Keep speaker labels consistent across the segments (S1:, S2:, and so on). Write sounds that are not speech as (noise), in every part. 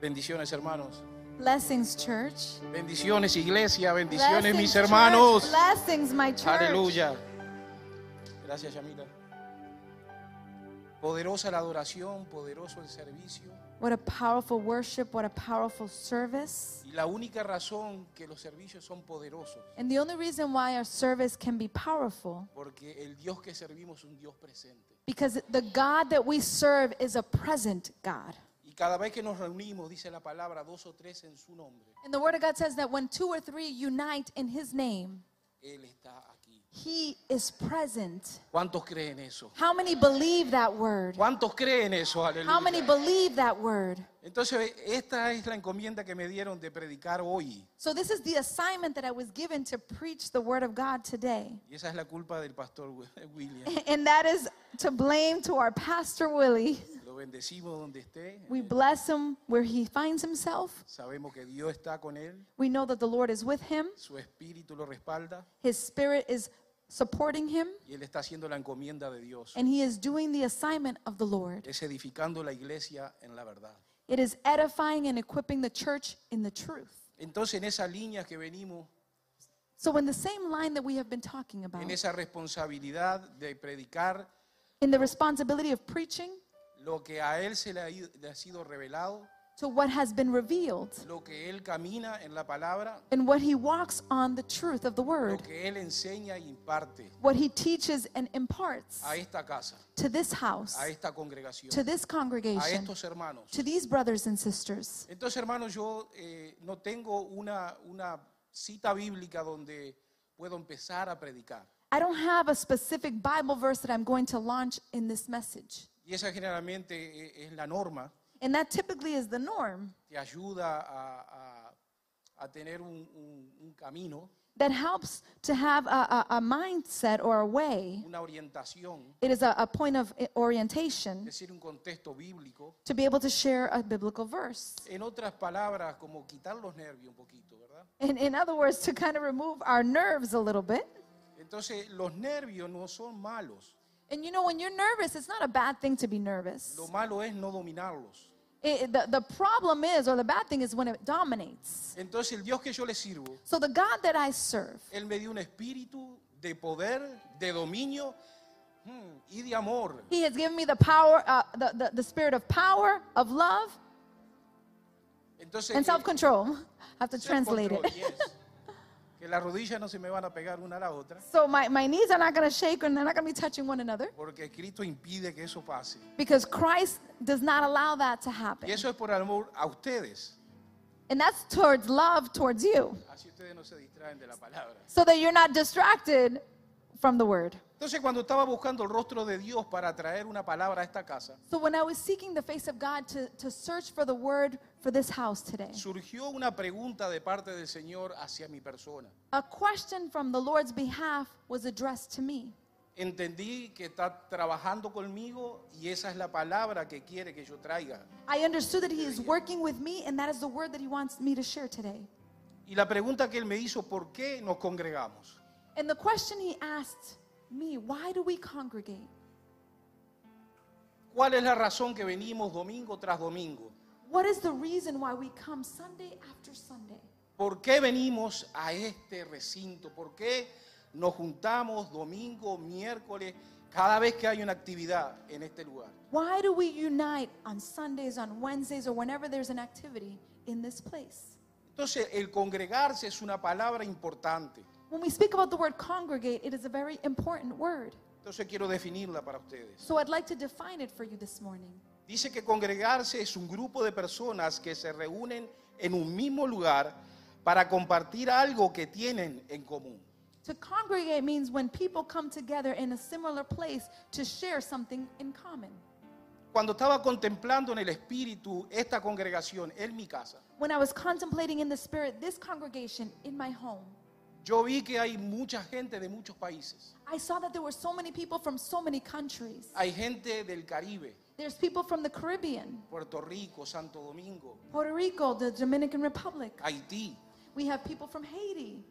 S1: Bendiciones, hermanos.
S2: Blessings, church.
S1: Bendiciones, iglesia. Bendiciones,
S2: Blessings,
S1: mis
S2: church.
S1: hermanos.
S2: Blessings, my church.
S1: Aleluya. Gracias, Yamita. Poderosa la adoración, poderoso el servicio.
S2: What a powerful worship, what a powerful service.
S1: Y la única razón que los servicios son poderosos,
S2: And the only reason why our service can be powerful
S1: porque el Dios que servimos es un Dios presente.
S2: because the God that we serve is a present God.
S1: Y cada vez que nos reunimos, dice la palabra, dos o tres en su nombre,
S2: And the word of God says that when two or three unite in his name,
S1: Él está aquí.
S2: he is present.
S1: ¿Cuántos creen eso?
S2: How many believe that word?
S1: ¿Cuántos creen eso?
S2: How many
S1: Aleluya.
S2: believe that word?
S1: Entonces, esta es la encomienda que me dieron de predicar hoy.
S2: So this is the assignment that I was given to preach the word of God today.
S1: Y esa es la culpa del pastor (laughs) William.
S2: (laughs) And that is to blame to our pastor Willie.
S1: Lo bendecimos donde esté.
S2: We bless him where he finds himself.
S1: Sabemos que Dios está con él.
S2: We know that the Lord is with him.
S1: Su espíritu lo respalda.
S2: His spirit is supporting him
S1: Y él está haciendo la encomienda de Dios.
S2: and he is doing the assignment of the Lord.
S1: Es edificando la iglesia en la verdad.
S2: It is edifying and equipping the church in the truth.
S1: Entonces, en esa línea que venimos,
S2: So in the same line that we have been talking about,
S1: en esa responsabilidad de predicar
S2: in the responsibility of preaching
S1: lo que a él se le ha, ido- le ha sido revelado,
S2: to what has been revealed
S1: lo que él camina en la palabra,
S2: and what he walks on the truth of the
S1: lo
S2: word,
S1: que él enseña e imparte
S2: what he teaches and imparts
S1: a esta casa,
S2: to this house,
S1: a esta
S2: to
S1: congregación,
S2: this
S1: a
S2: congregation,
S1: estos hermanos.
S2: to these brothers and sisters.
S1: Entonces, hermanos, yo eh, no tengo una, una cita bíblica donde puedo empezar a predicar.
S2: I don't have a specific Bible verse that I'm going to launch in this message.
S1: Y esa generalmente eh, es la norma,
S2: And that typically is the norm.
S1: te ayuda a, a- a tener un, un- un camino,
S2: That helps to have a, a, a mindset or a way.
S1: una orientación,
S2: It is a, a point of i-
S1: es
S2: orientation
S1: decir, un contexto bíblico.
S2: to be able to share a biblical verse.
S1: En otras palabras, como quitar los nervios un poquito, ¿verdad?
S2: In, in other words, to kind of remove our nerves a little bit.
S1: Entonces, los nervios no son malos,
S2: And you know, when you're nervous, it's not a bad thing to be nervous.
S1: lo malo es no dominarlos.
S2: It- it- the, the problem is, or the bad thing is when it dominates.
S1: Entonces, el Dios que yo le sirvo
S2: So, the God that I serve,
S1: Él me dio un espíritu de poder, de dominio mm, y de amor.
S2: He has given me the power, uh, the, the, the spirit of power, of love,
S1: Entonces,
S2: and
S1: eh,
S2: self control. (laughs) I have to translate
S1: self-control,
S2: it.
S1: yes. Que las rodillas no se me van a pegar una a la otra,
S2: So, my, my knees are not going to shake and they're not going to be touching one another
S1: porque Cristo impide que eso pase.
S2: because Christ does not allow that to
S1: Y
S2: happen.
S1: eso es por amor a ustedes.
S2: And that's towards love towards you
S1: Así ustedes no se distraen de la palabra.
S2: so that you're not distracted from the word.
S1: Entonces, cuando estaba buscando el rostro de Dios para traer una palabra a esta casa,
S2: So when I was seeking the face of God to, to search for the word for this house today,
S1: surgió una pregunta de parte del Señor hacia mi persona.
S2: a question from the Lord's behalf was addressed to me.
S1: Entendí que está trabajando conmigo y esa es la palabra que quiere que yo traiga.
S2: I understood that He is working with me, and that is the word that He wants me to share today.
S1: Y la pregunta que él me hizo, ¿por qué nos congregamos?
S2: And the question He asked me, why do we congregate?
S1: ¿Cuál es la razón que venimos domingo tras domingo?
S2: What is the reason why we come Sunday after Sunday?
S1: ¿Por qué venimos a este recinto? ¿Por qué nos juntamos domingo, miércoles, cada vez que hay una actividad en este lugar?
S2: Why do we unite on Sundays, on Wednesdays, or whenever there's an activity in this place?
S1: Entonces, el congregarse es una palabra importante.
S2: When we speak about the word congregate, it is a very important word.
S1: Entonces, quiero definirla para ustedes.
S2: So I'd like to define it for you this morning.
S1: Dice que congregarse es un grupo de personas que se reúnen en un mismo lugar para compartir algo que tienen en común.
S2: To congregate means when people come together in a similar place to share something in common.
S1: Cuando estaba contemplando en el espíritu esta congregación en mi casa,
S2: When I was contemplating in the spirit this congregation in my home,
S1: yo vi que hay mucha gente de muchos países.
S2: I saw that there were so many people from so many countries.
S1: Hay gente del Caribe,
S2: There's people from the Caribbean,
S1: Puerto Rico, Santo Domingo,
S2: Puerto Rico, the Dominican Republic.
S1: Haití.
S2: We have people from Haiti.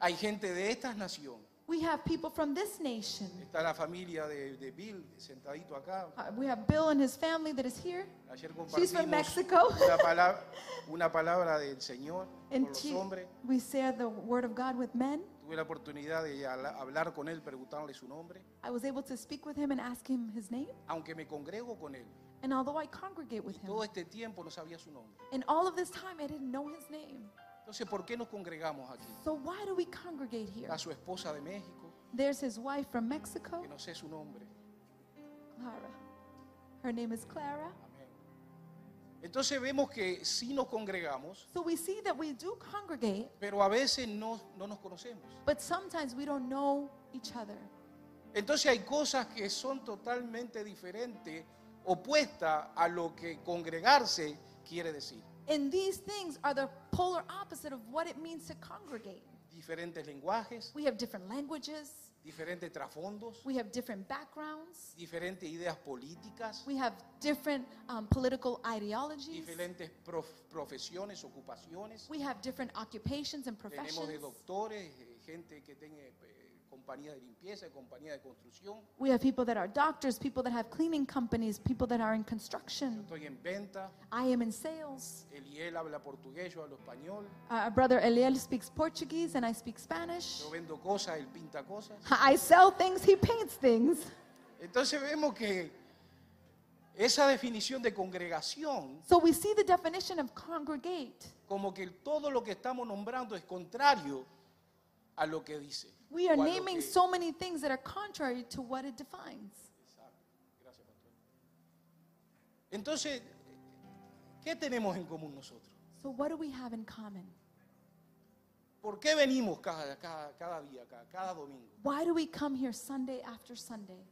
S1: Hay gente de estas naciones.
S2: We have people from this nation.
S1: Está la familia de, de Bill sentadito acá.
S2: Uh, we have Bill and his family that is here.
S1: Ayer
S2: She's
S1: compartimos
S2: from Mexico.
S1: una palabra, una palabra del Señor por
S2: And
S1: los
S2: she-
S1: hombres.
S2: we share the word of God with men.
S1: Tuve la oportunidad de habla- hablar con él, preguntarle su nombre.
S2: I was able to speak with him and ask him his name.
S1: Aunque me congrego con él,
S2: And although I congregate with
S1: todo
S2: him,
S1: este tiempo no sabía su nombre.
S2: in all of this time I didn't know his name.
S1: Entonces, ¿por qué nos congregamos aquí?
S2: So why do we congregate here?
S1: Está su esposa de México,
S2: There's his wife from Mexico,
S1: que no sé su nombre.
S2: Clara. Her name is Clara.
S1: Amén. Entonces vemos que sí nos congregamos,
S2: So we see that we do congregate,
S1: pero a veces no, no nos conocemos.
S2: but sometimes we don't know each other.
S1: Entonces hay cosas que son totalmente diferentes, opuestas a lo que congregarse quiere decir.
S2: And these things are the polar opposite of what it means to congregate.
S1: Diferentes lenguajes,
S2: We have different languages,
S1: diferentes trasfondos,
S2: we have different backgrounds,
S1: diferentes ideas políticas,
S2: we have different um, political ideologies,
S1: diferentes prof- profesiones, ocupaciones.
S2: we have different occupations and
S1: Tenemos de
S2: professions.
S1: doctores, eh, gente que tenga eh, compañía de limpieza, compañía de construcción.
S2: We have people that are doctors, people that have cleaning companies, people that are in
S1: Yo
S2: construction.
S1: estoy en venta,
S2: I am in sales.
S1: Eliel habla portugués, yo hablo español.
S2: Uh, Our brother Eliel speaks Portuguese and I speak Spanish.
S1: Yo vendo cosas, él pinta cosas.
S2: I sell things, he paints things.
S1: Entonces vemos que esa definición de congregación,
S2: So we see the definition of congregate.
S1: como que todo lo que estamos nombrando es contrario a lo que dice.
S2: We are
S1: o a lo
S2: naming
S1: que-
S2: so many things that are contrary to what it defines.
S1: Gracias, pastor. Entonces, ¿qué tenemos en común nosotros?
S2: So what do we have in common?
S1: ¿Por qué venimos cada, cada, cada día, cada, cada domingo?
S2: Why do we come here Sunday after Sunday?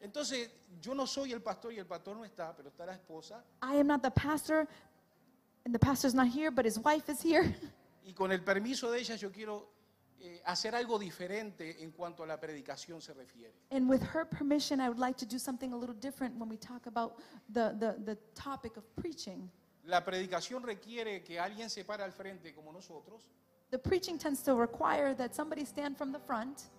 S1: Entonces, yo no soy el pastor y el pastor no está, pero está la esposa.
S2: I am not the pastor, and the pastor's not here, but his wife is here. (laughs)
S1: Y con el permiso de ella yo quiero eh, hacer algo diferente en cuanto a la predicación se refiere.
S2: And with her permission, I would like to do something a little different when we talk about the, the, the topic of preaching.
S1: La predicación requiere que alguien se para al frente como nosotros,
S2: The preaching tends to require that somebody stand from the front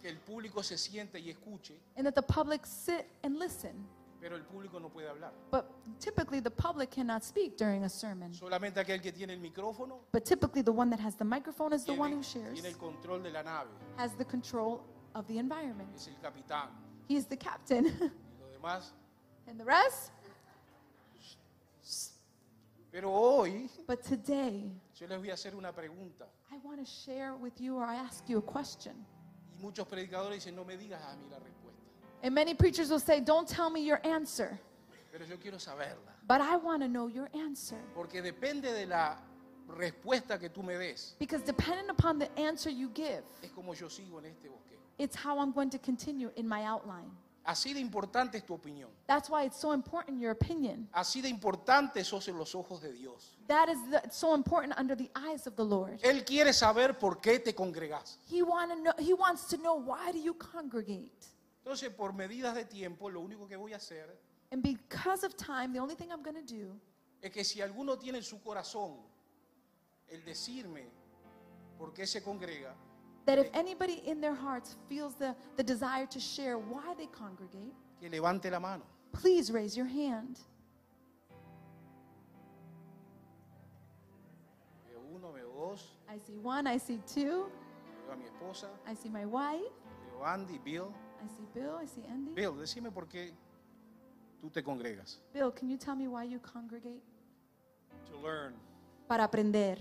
S1: que el público se siente y escuche,
S2: and that the public sit and listen.
S1: pero el público no puede hablar.
S2: But typically, the public cannot speak during a sermon.
S1: Solamente aquel que tiene el micrófono
S2: But typically, the one that has the microphone is the one
S1: tiene,
S2: who shares,
S1: tiene el control de la nave,
S2: has the control of the environment.
S1: es el capitán.
S2: He's the captain, (laughs)
S1: Y lo demás.
S2: and the rest.
S1: Pero hoy
S2: But today,
S1: yo les voy a hacer una pregunta.
S2: I want to share with you, or I ask you a question.
S1: Y muchos predicadores dicen, no me digas a mí la respuesta,
S2: And many preachers will say, Don't tell me your answer.
S1: pero yo quiero saberla.
S2: But I want to know your answer.
S1: Porque depende de la respuesta que tú me des,
S2: Because depending upon the answer you give,
S1: es como yo sigo en este bosquejo.
S2: it's how I'm going to continue in my outline.
S1: Así de importante es tu opinión.
S2: That's why it's so important, your opinion.
S1: Así de importante sos en los ojos de Dios.
S2: That is the, so important under the eyes of the Lord.
S1: Él quiere saber por qué te congregás.
S2: He, wanna know, he wants to know why do you congregate?
S1: Entonces, por medidas de tiempo, lo único que voy a hacer
S2: And because of time, the only thing I'm going to do
S1: es que si alguno tiene en su corazón el decirme por qué se congrega,
S2: that if anybody in their hearts feels the, the desire to share why they congregate,
S1: que levante la mano.
S2: please raise your hand.
S1: Veo uno, veo dos,
S2: I see one, I see two,
S1: veo a mi esposa,
S2: I see my wife,
S1: veo a Andy, Bill.
S2: I see Bill, I see Andy.
S1: Bill, decime por qué tú te congregas.
S2: Bill, can you tell me why you congregate?
S1: To learn.
S2: Para aprender.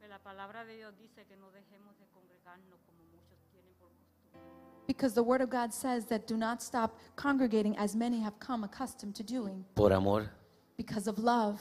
S3: Que la palabra de Dios dice que no dejemos de congregarnos como muchos tienen por costumbre.
S2: Because the Word of God says that do not stop congregating as many have come accustomed to doing
S4: por amor.
S2: because of love.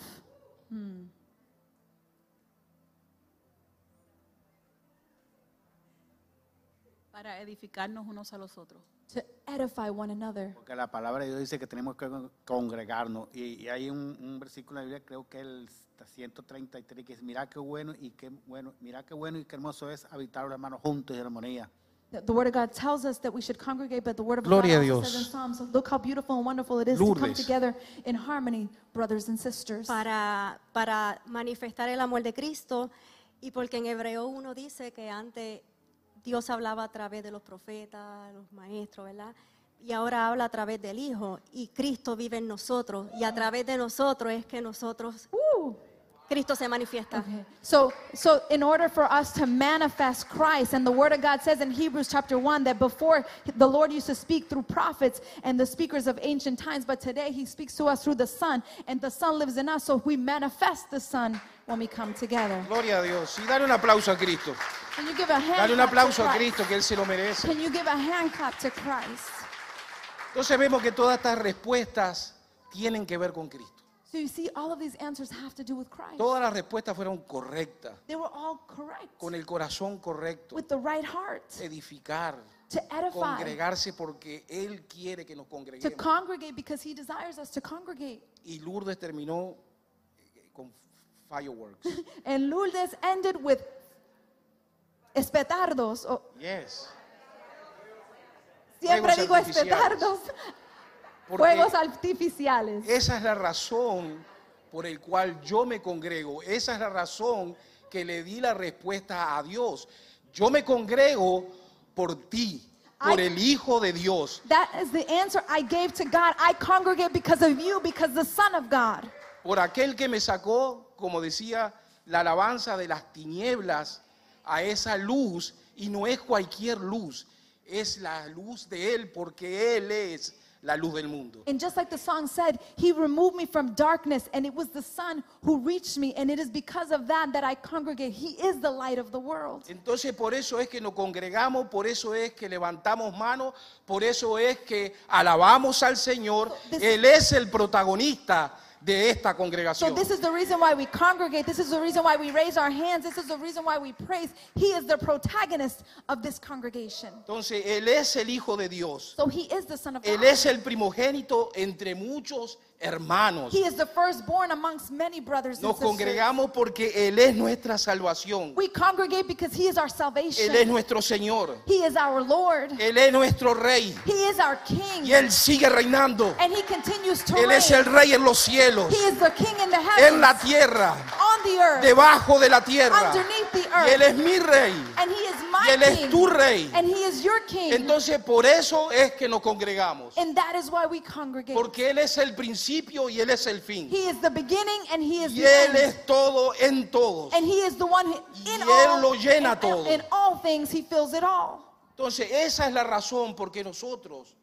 S5: para edificarnos unos a los otros.
S2: to edify one another.
S6: Porque la palabra de Dios dice que tenemos que con- congregarnos. Y, y hay un, un versículo en la Biblia, creo que el 133, que dice, mira qué bueno y qué bueno, mira qué bueno y qué hermoso es habitar los hermanos juntos en armonía.
S2: The, the Word of God tells us that we should congregate, but the Word of
S1: Gloria a
S2: God also
S1: Dios.
S2: says in Psalms, look how beautiful and wonderful it is to come
S1: Lourdes.
S2: together in harmony, brothers and sisters.
S7: para, para manifestar el amor de Cristo
S4: Y porque en Hebreo uno dice que antes Dios hablaba a través de los profetas, los maestros, ¿verdad? Y ahora habla a través del Hijo. Y Cristo vive en nosotros. Y a través de nosotros es que nosotros,
S2: Woo!
S4: Cristo se manifiesta.
S2: Okay. So, so in order for us to manifest Christ, and the Word of God says in Hebrews chapter 1 that before the Lord used to speak through prophets and the speakers of ancient times, but today He speaks to us through the Son, and the Son lives in us, so we manifest the Son when we come together.
S1: Gloria a Dios. Y dale un aplauso a Cristo.
S2: Can you give a hand
S1: Dale un
S2: clap to
S1: aplauso a
S2: Christ?
S1: Cristo que Él se lo merece.
S2: Can you give a hand clap to Christ?
S1: Entonces vemos que todas estas respuestas tienen que ver con Cristo.
S2: So you see, all of these answers have to do with Christ.
S1: Todas las respuestas fueron correctas,
S2: They were all correct,
S1: con el corazón correcto,
S2: with the right heart,
S1: edificar,
S2: to edify,
S1: congregarse porque Él quiere que nos
S2: to
S1: congreguemos.
S2: congregate because He desires us to congregate.
S1: Y Lourdes terminó eh, con fireworks.
S2: And Lourdes ended with espetardos. o-
S1: Yes.
S2: siempre
S1: Fuegos
S2: digo
S1: artificiales.
S2: espetardos,
S1: Porque
S2: fuegos artificiales.
S1: esa es la razón por el cual yo me congrego. Esa es la razón que le di la respuesta a Dios. Yo me congrego por ti, por
S2: I-
S1: el Hijo de Dios.
S2: That is the answer I gave to God. I congregate because of you, because the Son of God.
S1: por aquel que me sacó, como decía la alabanza de las tinieblas, a esa luz, y no es cualquier luz, es la luz de Él, porque Él es la luz del mundo.
S2: And just like the song said, He removed me from darkness, and it was the Son who reached me, and it is because of that that I congregate. He is the light of the world.
S1: Entonces por eso es que nos congregamos, por eso es que levantamos manos, por eso es que alabamos al Señor.
S2: So this-
S1: Él es el protagonista de esta
S2: So
S1: congregación.
S2: this is the reason why we congregate. This is the reason why we raise our hands. This is the reason why we praise. He is the protagonist of this congregation.
S1: Entonces Él es el Hijo de Dios.
S2: So he is the son of
S1: Él
S2: God.
S1: es el primogénito entre muchos hermanos.
S2: He is the firstborn amongst many brothers and
S1: Nos
S2: sisters.
S1: congregamos porque Él es nuestra salvación.
S2: We congregate because he is our
S1: Él es
S2: salvation.
S1: nuestro Señor.
S2: He is our Lord.
S1: Él es nuestro Rey.
S2: He is our
S1: Y
S2: King.
S1: Él sigue reinando.
S2: And he continues to
S1: Él es el
S2: reign.
S1: Rey en los cielos,
S2: He is the King in the
S1: en la
S2: heavens,
S1: tierra,
S2: on the earth,
S1: debajo de la tierra.
S2: underneath the
S1: Y Él es
S2: earth.
S1: mi Rey.
S2: And he is
S1: Y Él es
S2: my
S1: tu
S2: King.
S1: Rey.
S2: And he is your King.
S1: Entonces por eso es que nos congregamos.
S2: And that is why we congregate.
S1: Porque Él es el principio y Él es el fin.
S2: He is the beginning and he is
S1: Y
S2: the
S1: Él
S2: end.
S1: es todo en todos.
S2: And he is the one who,
S1: Y
S2: in
S1: Él lo
S2: all,
S1: llena
S2: in-
S1: todo.
S2: in all things, he fills it all.
S1: Entonces esa es la razón por que nosotros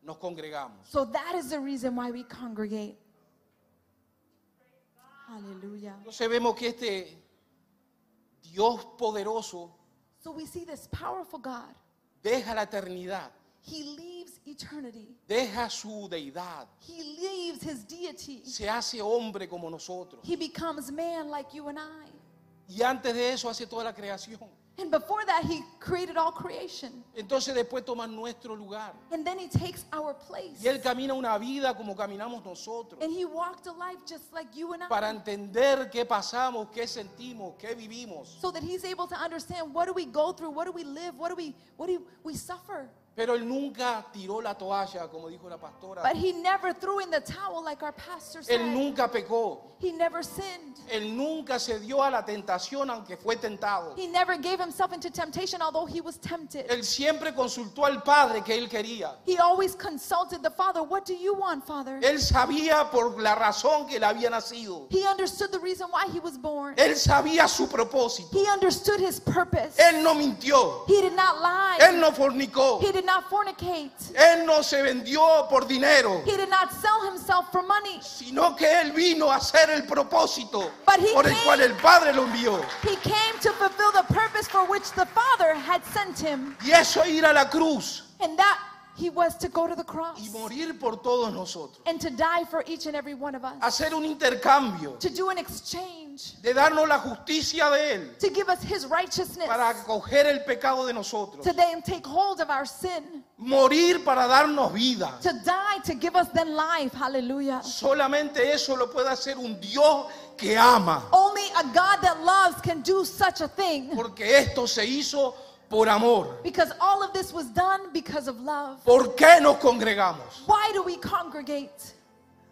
S1: nos congregamos.
S2: So that is the reason why we congregate. Hallelujah.
S1: Entonces vemos que este Dios poderoso
S2: So we see this powerful God.
S1: deja la eternidad,
S2: He leaves eternity.
S1: deja su deidad,
S2: He leaves his deity.
S1: se hace hombre como nosotros.
S2: He becomes man like you and I.
S1: Y antes de eso hace toda la creación.
S2: And before that, he created all creation.
S1: Entonces después toma nuestro lugar.
S2: And then he takes our place.
S1: Y Él camina una vida como caminamos nosotros.
S2: And he walked a life just like you and
S1: Para
S2: I.
S1: entender qué pasamos, qué sentimos, qué vivimos.
S2: So that he's able to understand what do we go through, what do we live, what do we what do we suffer.
S1: Pero Él nunca tiró la toalla, como dijo la pastora.
S2: But he never threw in the towel like our pastor said.
S1: Él nunca pecó.
S2: He never sinned.
S1: Él nunca se dio a la tentación aunque fue tentado.
S2: He never gave himself into temptation, although he was tempted.
S1: Él siempre consultó al Padre que él quería.
S2: He always consulted the Father. What do you want, Father?
S1: Él sabía por la razón que él había nacido.
S2: He understood the reason why he was born.
S1: Él sabía su propósito.
S2: He understood his purpose.
S1: Él no mintió.
S2: He did not lie.
S1: Él no fornicó.
S2: He did not fornicate.
S1: Él no se vendió por dinero,
S2: He did not sell himself for money.
S1: sino que él vino a hacer el propósito
S2: But he
S1: por el
S2: came-
S1: cual el Padre lo envió.
S2: He came to fulfill the purpose for which the Father had sent him,
S1: Y eso ir a la cruz
S2: and that he was to go to the
S1: y
S2: cross
S1: morir por todos nosotros.
S2: and to die for each and every one of us,
S1: Hacer un intercambio
S2: to do an exchange,
S1: de darnos la justicia de él
S2: to give us his righteousness,
S1: para acoger el pecado de nosotros.
S2: to then take hold of our sin.
S1: Morir para darnos vida.
S2: to die to give us then life. Hallelujah.
S1: Solamente eso lo puede hacer un Dios que ama.
S2: Only a God that loves can do such a thing
S1: Porque esto se hizo por amor.
S2: because all of this was done because of love.
S1: ¿Por qué nos congregamos?
S2: Why do we congregate?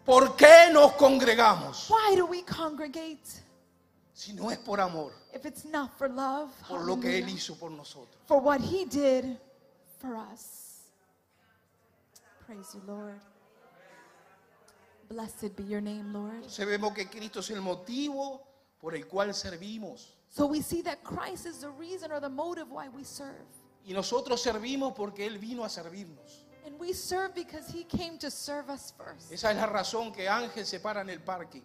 S1: ¿Por qué nos congregamos?
S2: Why do we congregate?
S1: si no es por amor,
S2: if it's not for love,
S1: por lo que Él
S2: hallelujah,
S1: hizo por nosotros.
S2: for what He did for us. Praise you, Lord. Blessed be your name, Lord.
S1: Entonces vemos que Cristo es el motivo por el cual servimos.
S2: So we see that Christ is the reason or the motive why we serve.
S1: Y nosotros servimos porque Él vino a servirnos.
S2: And we serve because He came to serve us first.
S1: Esa es la razón que Ángel se para en el parking.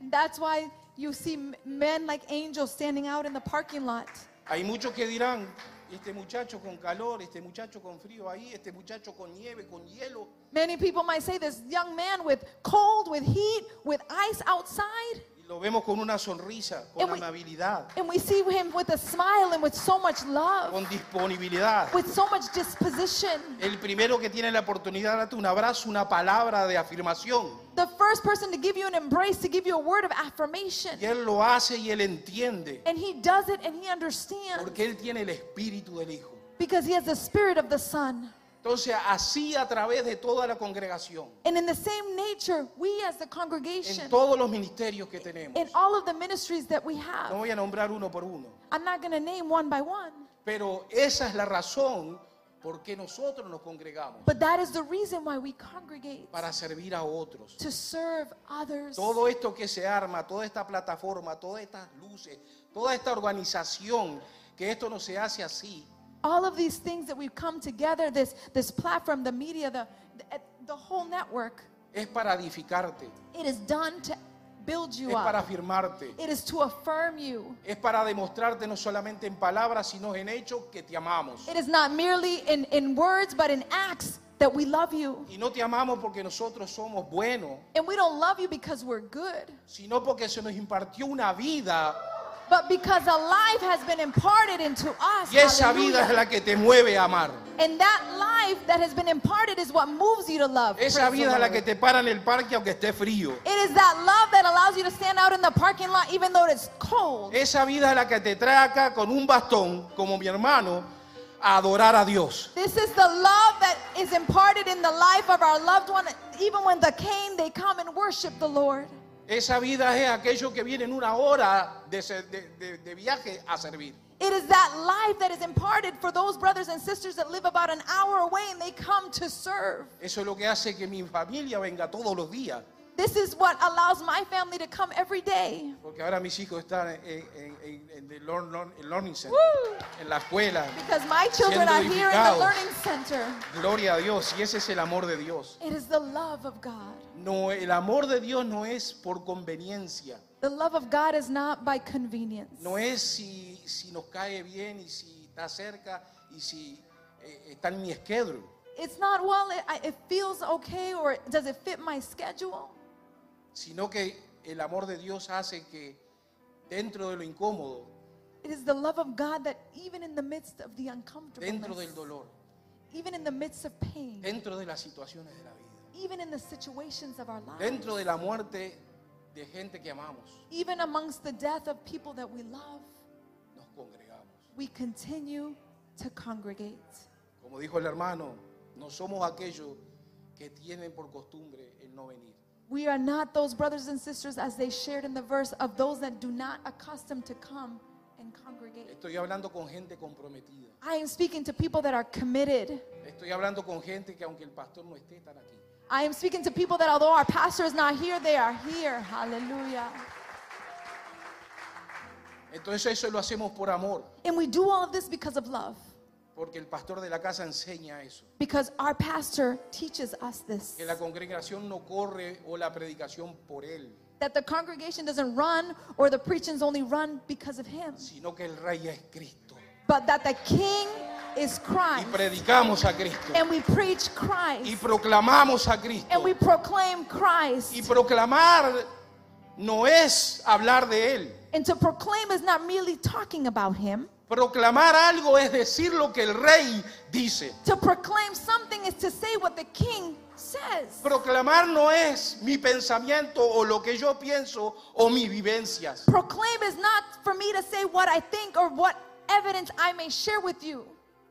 S2: And that's why you see m- men like angels standing out in the parking lot.
S1: Hay muchos que dirán, este muchacho con calor, este muchacho con frío ahí, este muchacho con nieve, con hielo.
S2: Many people might say this young man with cold, with heat, with ice outside.
S1: Y lo vemos con una sonrisa, con
S2: And we-
S1: amabilidad,
S2: And we see him with a smile and with so much love,
S1: con disponibilidad.
S2: with so much disposition.
S1: El primero que tiene la oportunidad de darte un abrazo, una palabra de afirmación.
S2: The first person to give you an embrace, to give you a word of affirmation.
S1: Y él lo hace y él entiende.
S2: And he does it and he understands
S1: Porque él tiene el espíritu del Hijo.
S2: because he has the spirit of the Son.
S1: Entonces, así a través de toda la congregación,
S2: And in the same nature, we as the
S1: en
S2: congregation,
S1: todos los ministerios que tenemos.
S2: in all of the ministries that we
S1: No
S2: have,
S1: voy a nombrar uno por uno.
S2: I'm not going to name one by one,
S1: Pero esa es la razón por qué nosotros nos congregamos.
S2: but that is the reason why we congregate
S1: Para servir a otros.
S2: to serve others.
S1: Todo esto que se arma, toda esta plataforma, todas estas luces, toda esta organización, que esto no se hace así.
S2: all of these things that we've come together this this platform the media the the, the whole network
S1: Es para edificarte,
S2: it is done to build you
S1: es para
S2: up
S1: afirmarte,
S2: it is to affirm you
S1: es para demostrarte no solamente en palabras, sino en hechos que te amamos.
S2: it is not merely in in words but in acts that we love you
S1: Y no te amamos porque nosotros somos buenos,
S2: and we don't love you because we're good
S1: sino porque se nos impartió una vida
S2: but because a life has been imparted into us
S1: y esa
S2: hallelujah.
S1: vida es la que te mueve a amar.
S2: and that life that has been imparted is what moves you to love
S1: Esa
S2: Praise the
S1: vida es la
S2: Lord.
S1: que te para en el parque aunque esté frío.
S2: it is that love that allows you to stand out in the parking lot even though it's cold
S1: Esa vida es la que te trae acá con un bastón, como mi hermano, a adorar a Dios.
S2: This is the love that is imparted in the life of our loved one, even when the cane, they come and worship the Lord.
S1: Esa vida es aquello que viene en una hora de, se- de- de- de viaje a servir.
S2: It is that life that is imparted for those brothers and sisters that live about an hour away and they come to serve.
S1: Eso es lo que hace que mi familia venga todos los días.
S2: This is what allows my family to come every day.
S1: Porque ahora mis hijos están en, en- en- en el Learn- Learn- el Learning Center,
S2: Woo.
S1: en la escuela.
S2: Because my children
S1: Siendo
S2: are here in the
S1: edificados.
S2: learning center.
S1: Gloria a Dios. Y ese es el amor de Dios.
S2: It is the love of God.
S1: No, el amor de Dios no es por conveniencia.
S2: The love of God is not by convenience.
S1: No es si, si nos cae bien y si está cerca y si eh, está en mi schedule.
S2: It's not, well, it, I- it feels okay or does it fit my schedule?
S1: Sino que el amor de Dios hace que dentro de lo incómodo,
S2: It is the love of God that even in the midst of the
S1: dentro del
S2: uncomfortable,
S1: dolor,
S2: even in the midst of pain,
S1: dentro de las situaciones de la vida,
S2: even in the situations of our lives,
S1: dentro de la muerte de gente que amamos,
S2: even amongst the death of people that we love,
S1: nos congregamos.
S2: we continue to congregate.
S1: Como dijo el hermano, no somos aquellos que tienen por costumbre el no venir.
S2: We are not those brothers and sisters, as they shared in the verse, of those that do not accustomed to come and congregate.
S1: Estoy hablando con gente comprometida.
S2: I am speaking to people that are committed.
S1: Estoy hablando con gente que aunque el pastor no esté, están aquí.
S2: I am speaking to people that, although our pastor is not here, they are here. Hallelujah.
S1: Entonces eso lo hacemos por amor,
S2: And we do all of this because of love.
S1: porque el pastor de la casa enseña eso.
S2: Because our pastor teaches us this
S1: Que la congregación no corre o la predicación por él,
S2: that the congregation doesn't run or the preachings only run because of him,
S1: sino que el rey es Cristo.
S2: but that the king is
S1: Y
S2: Christ.
S1: predicamos a Cristo.
S2: And we preach
S1: Y
S2: Christ.
S1: proclamamos a Cristo.
S2: And we proclaim
S1: Y
S2: Christ.
S1: proclamar no es hablar de él.
S2: And to proclaim is not merely talking about him.
S1: Proclamar algo es decir lo que el rey dice.
S2: To proclaim something is to say what the king says.
S1: Proclamar no es mi pensamiento o lo que yo pienso o mis vivencias.
S2: Proclaim is not for me to say what I think or what evidence I may share with you.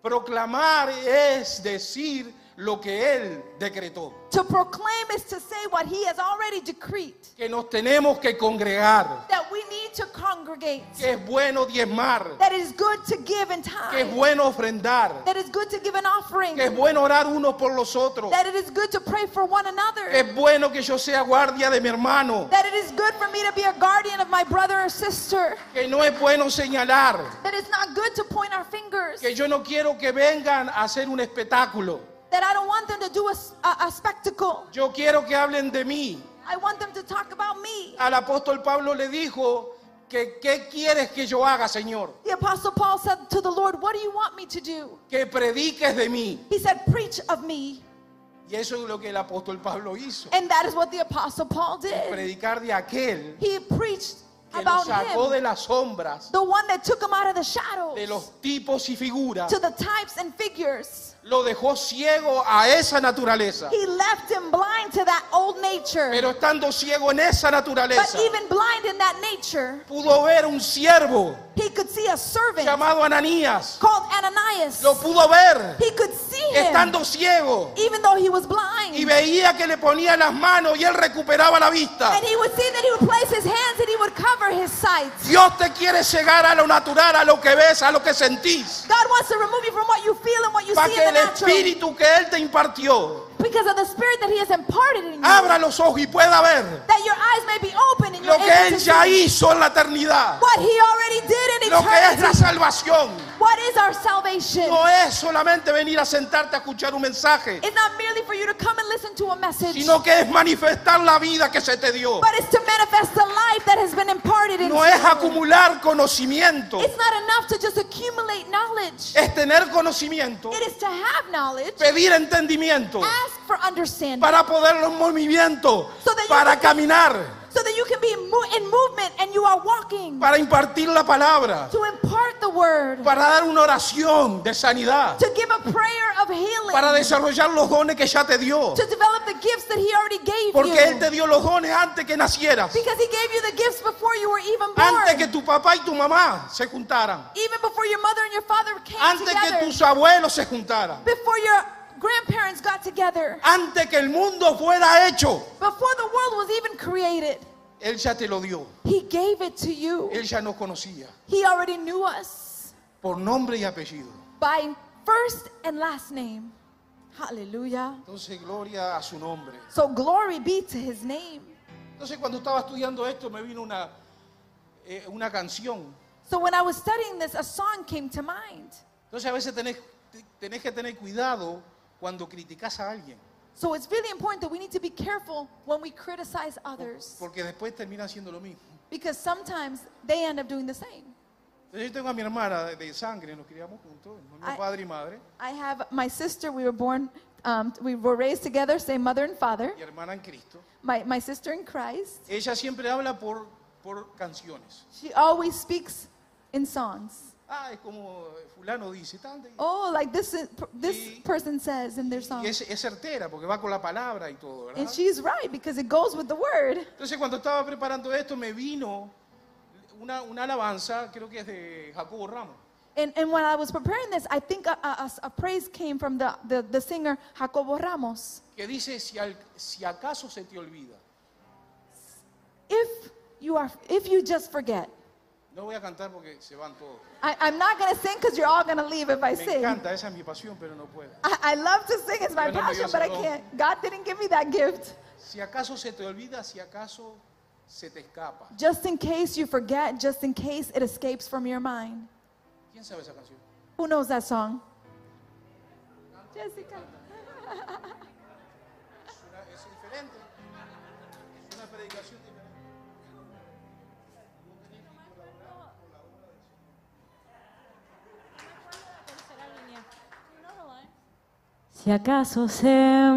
S1: Proclamar es decir lo que él decretó.
S2: To proclaim is to say what he has already decreed.
S1: Que nos tenemos que congregar.
S2: that we need to congregate,
S1: que es bueno diezmar,
S2: that it is good to give in
S1: que es
S2: time,
S1: bueno ofrendar,
S2: that it is good to give an offering,
S1: que es bueno orar unos por los otros,
S2: that it is good to pray for one
S1: que
S2: another,
S1: es bueno que yo sea guardia de mi hermano,
S2: that it is good for me to be a guardian of my brother or sister,
S1: que no es bueno señalar,
S2: that it's not good to point our fingers,
S1: que yo no quiero que vengan a hacer un espectáculo.
S2: that I don't want them to do a s- a- a spectacle.
S1: Yo quiero que hablen de mí.
S2: I want them to talk about me.
S1: Al apóstol Pablo le dijo que qué quieres que yo haga, Señor?
S2: The Apostle Paul said to the Lord, What do you want me to do?
S1: Que prediques de mí.
S2: He said, Preach of me.
S1: Y eso es lo que el apóstol Pablo hizo.
S2: And that is what the Apostle Paul did.
S1: Predicar de aquel
S2: He preached
S1: que lo
S2: about
S1: sacó de
S2: him,
S1: las sombras,
S2: the one that took him out of the
S1: de
S2: shadows
S1: los tipos y figuras.
S2: to the types and figures.
S1: Lo dejó ciego a esa naturaleza.
S2: He left him blind to that old nature.
S1: Pero estando ciego en esa
S2: But
S1: naturaleza,
S2: even blind in that nature,
S1: pudo ver un siervo
S2: he could see a servant
S1: llamado Ananías.
S2: called Ananias.
S1: Lo pudo ver
S2: He could see him
S1: estando ciego.
S2: even though he was
S1: Y
S2: blind.
S1: veía que le ponía las manos y él recuperaba la vista.
S2: And he would see that he would place his hands and he would cover his sight.
S1: Dios te quiere cegar a lo natural, a lo que ves, a lo que sentís.
S2: God wants to remove you from what you feel and what you
S1: Para
S2: see
S1: que
S2: in
S1: el
S2: the natural.
S1: espíritu que Él te impartió
S2: Because of the spirit that he has imparted in you.
S1: abra los ojos y pueda ver
S2: That your eyes may be open and
S1: lo
S2: you're
S1: que
S2: able
S1: Él
S2: to
S1: ya
S2: see
S1: hizo en la eternidad.
S2: what he already did in
S1: Lo que es la
S2: eternity.
S1: salvación.
S2: What is our salvation?
S1: No es solamente venir a sentarte a escuchar un mensaje,
S2: It's not merely for you to come and listen to a message.
S1: sino que es manifestar la vida que se te dio.
S2: But it's to manifest the life that has been imparted in
S1: No
S2: you.
S1: es acumular conocimiento,
S2: It's not enough to just accumulate knowledge.
S1: es tener conocimiento,
S2: It is to have knowledge.
S1: pedir entendimiento
S2: Ask for understanding.
S1: para poder los movimientos,
S2: So that you
S1: para
S2: can-
S1: caminar,
S2: so that you can be in, mo- in movement and you are walking
S1: para impartir la palabra.
S2: to impart the word
S1: para dar una oración de sanidad,
S2: to give a prayer of healing
S1: para desarrollar los dones que ya te dio,
S2: to develop the gifts that he already gave
S1: porque
S2: you
S1: Él te dio los dones antes que nacieras,
S2: because he gave you the gifts before you were even
S1: antes que
S2: born
S1: tu papá y tu mamá se juntaran,
S2: even before your mother and your father came
S1: antes
S2: together
S1: que tus abuelos se juntaran,
S2: before your grandparents got together
S1: antes que el mundo fuera hecho,
S2: before the world was even created
S1: Él ya te lo dio,
S2: he gave it to you
S1: Él ya nos conocía
S2: he already knew us
S1: por nombre y apellido.
S2: by first and last name hallelujah
S1: Entonces, gloria a su nombre.
S2: so glory be to his name
S1: Entonces, cuando estaba estudiando esto, me vino una, eh, una canción.
S2: So when I was studying this, a song came to mind.
S1: Entonces, a veces tenés, tenés que tener cuidado cuando criticas a alguien.
S2: So it's really important that we need to be careful when we criticize others
S1: Porque después terminan haciendo lo mismo.
S2: because sometimes they end up doing the same.
S1: Entonces yo tengo a mi hermana de- de sangre, nos criamos juntos, el mismo
S2: Ay.
S1: padre y madre,
S2: I have my sister, we were born, um, we were raised together, same mother and father,
S1: y hermana en Cristo.
S2: my, my sister in Christ.
S1: Ella siempre habla por, por canciones.
S2: She always speaks in songs.
S1: Ah, es como fulano dice, tal, de-
S2: Oh, like this, is- this
S1: Y-
S2: person says in their song.
S1: y es, es certera porque va con la palabra y todo, ¿verdad?
S2: And she's right because it goes with the word.
S1: Entonces cuando estaba preparando esto me vino una, una alabanza, creo que es de Jacobo Ramos.
S2: And, and when I was preparing this, I think a, a- a s- a praise came from the, the, the singer Jacobo Ramos.
S1: Que dice, si, al- si acaso se te olvida,
S2: if you are if you just forget
S1: no voy a cantar porque se van todos.
S2: I, i'm not going to sing because you're all going to leave if i
S1: Me
S2: sing I,
S1: encanta, esa es mi pasión, pero no puedo.
S2: I love to sing it's my
S1: Yo no me dio
S2: passion but i
S1: salud.
S2: can't god didn't give me that gift
S1: Si acaso se te olvida, si acaso se te escapa.
S2: just in case you forget just in case it escapes from your mind
S1: ¿Quién sabe esa canción?
S2: who knows that song jessica
S1: Es, una- es diferente. Es una predicación diferente.
S7: Si acaso se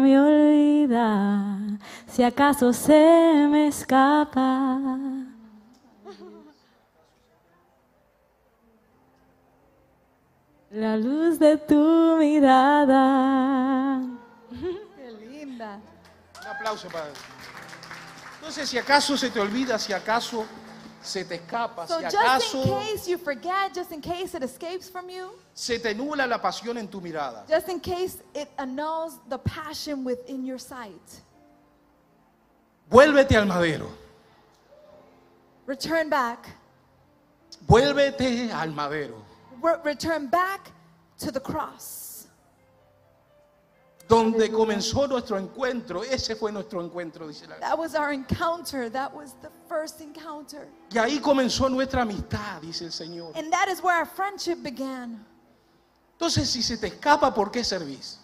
S7: me olvida, si acaso se me escapa. La luz de tu mirada.
S2: Qué linda.
S1: Un aplauso para Entonces, si acaso se te olvida, si acaso se te escapa,
S2: so
S1: si
S2: just in
S1: acaso
S2: case you forget just in case it escapes from you
S1: se te nubla la pasión en tu mirada,
S2: just in case it annuls the passion within your sight
S1: vuélvete al madero.
S2: return back
S1: Vuélvete al madero,
S2: Re- return back to the cross.
S1: donde comenzó nuestro encuentro. Ese fue nuestro encuentro, dice la Biblia.
S2: That was our encounter. That was the first encounter.
S1: Y ahí comenzó nuestra amistad, dice el Señor.
S2: And that is where our friendship began.
S1: Entonces, si se te escapa, ¿por qué servís?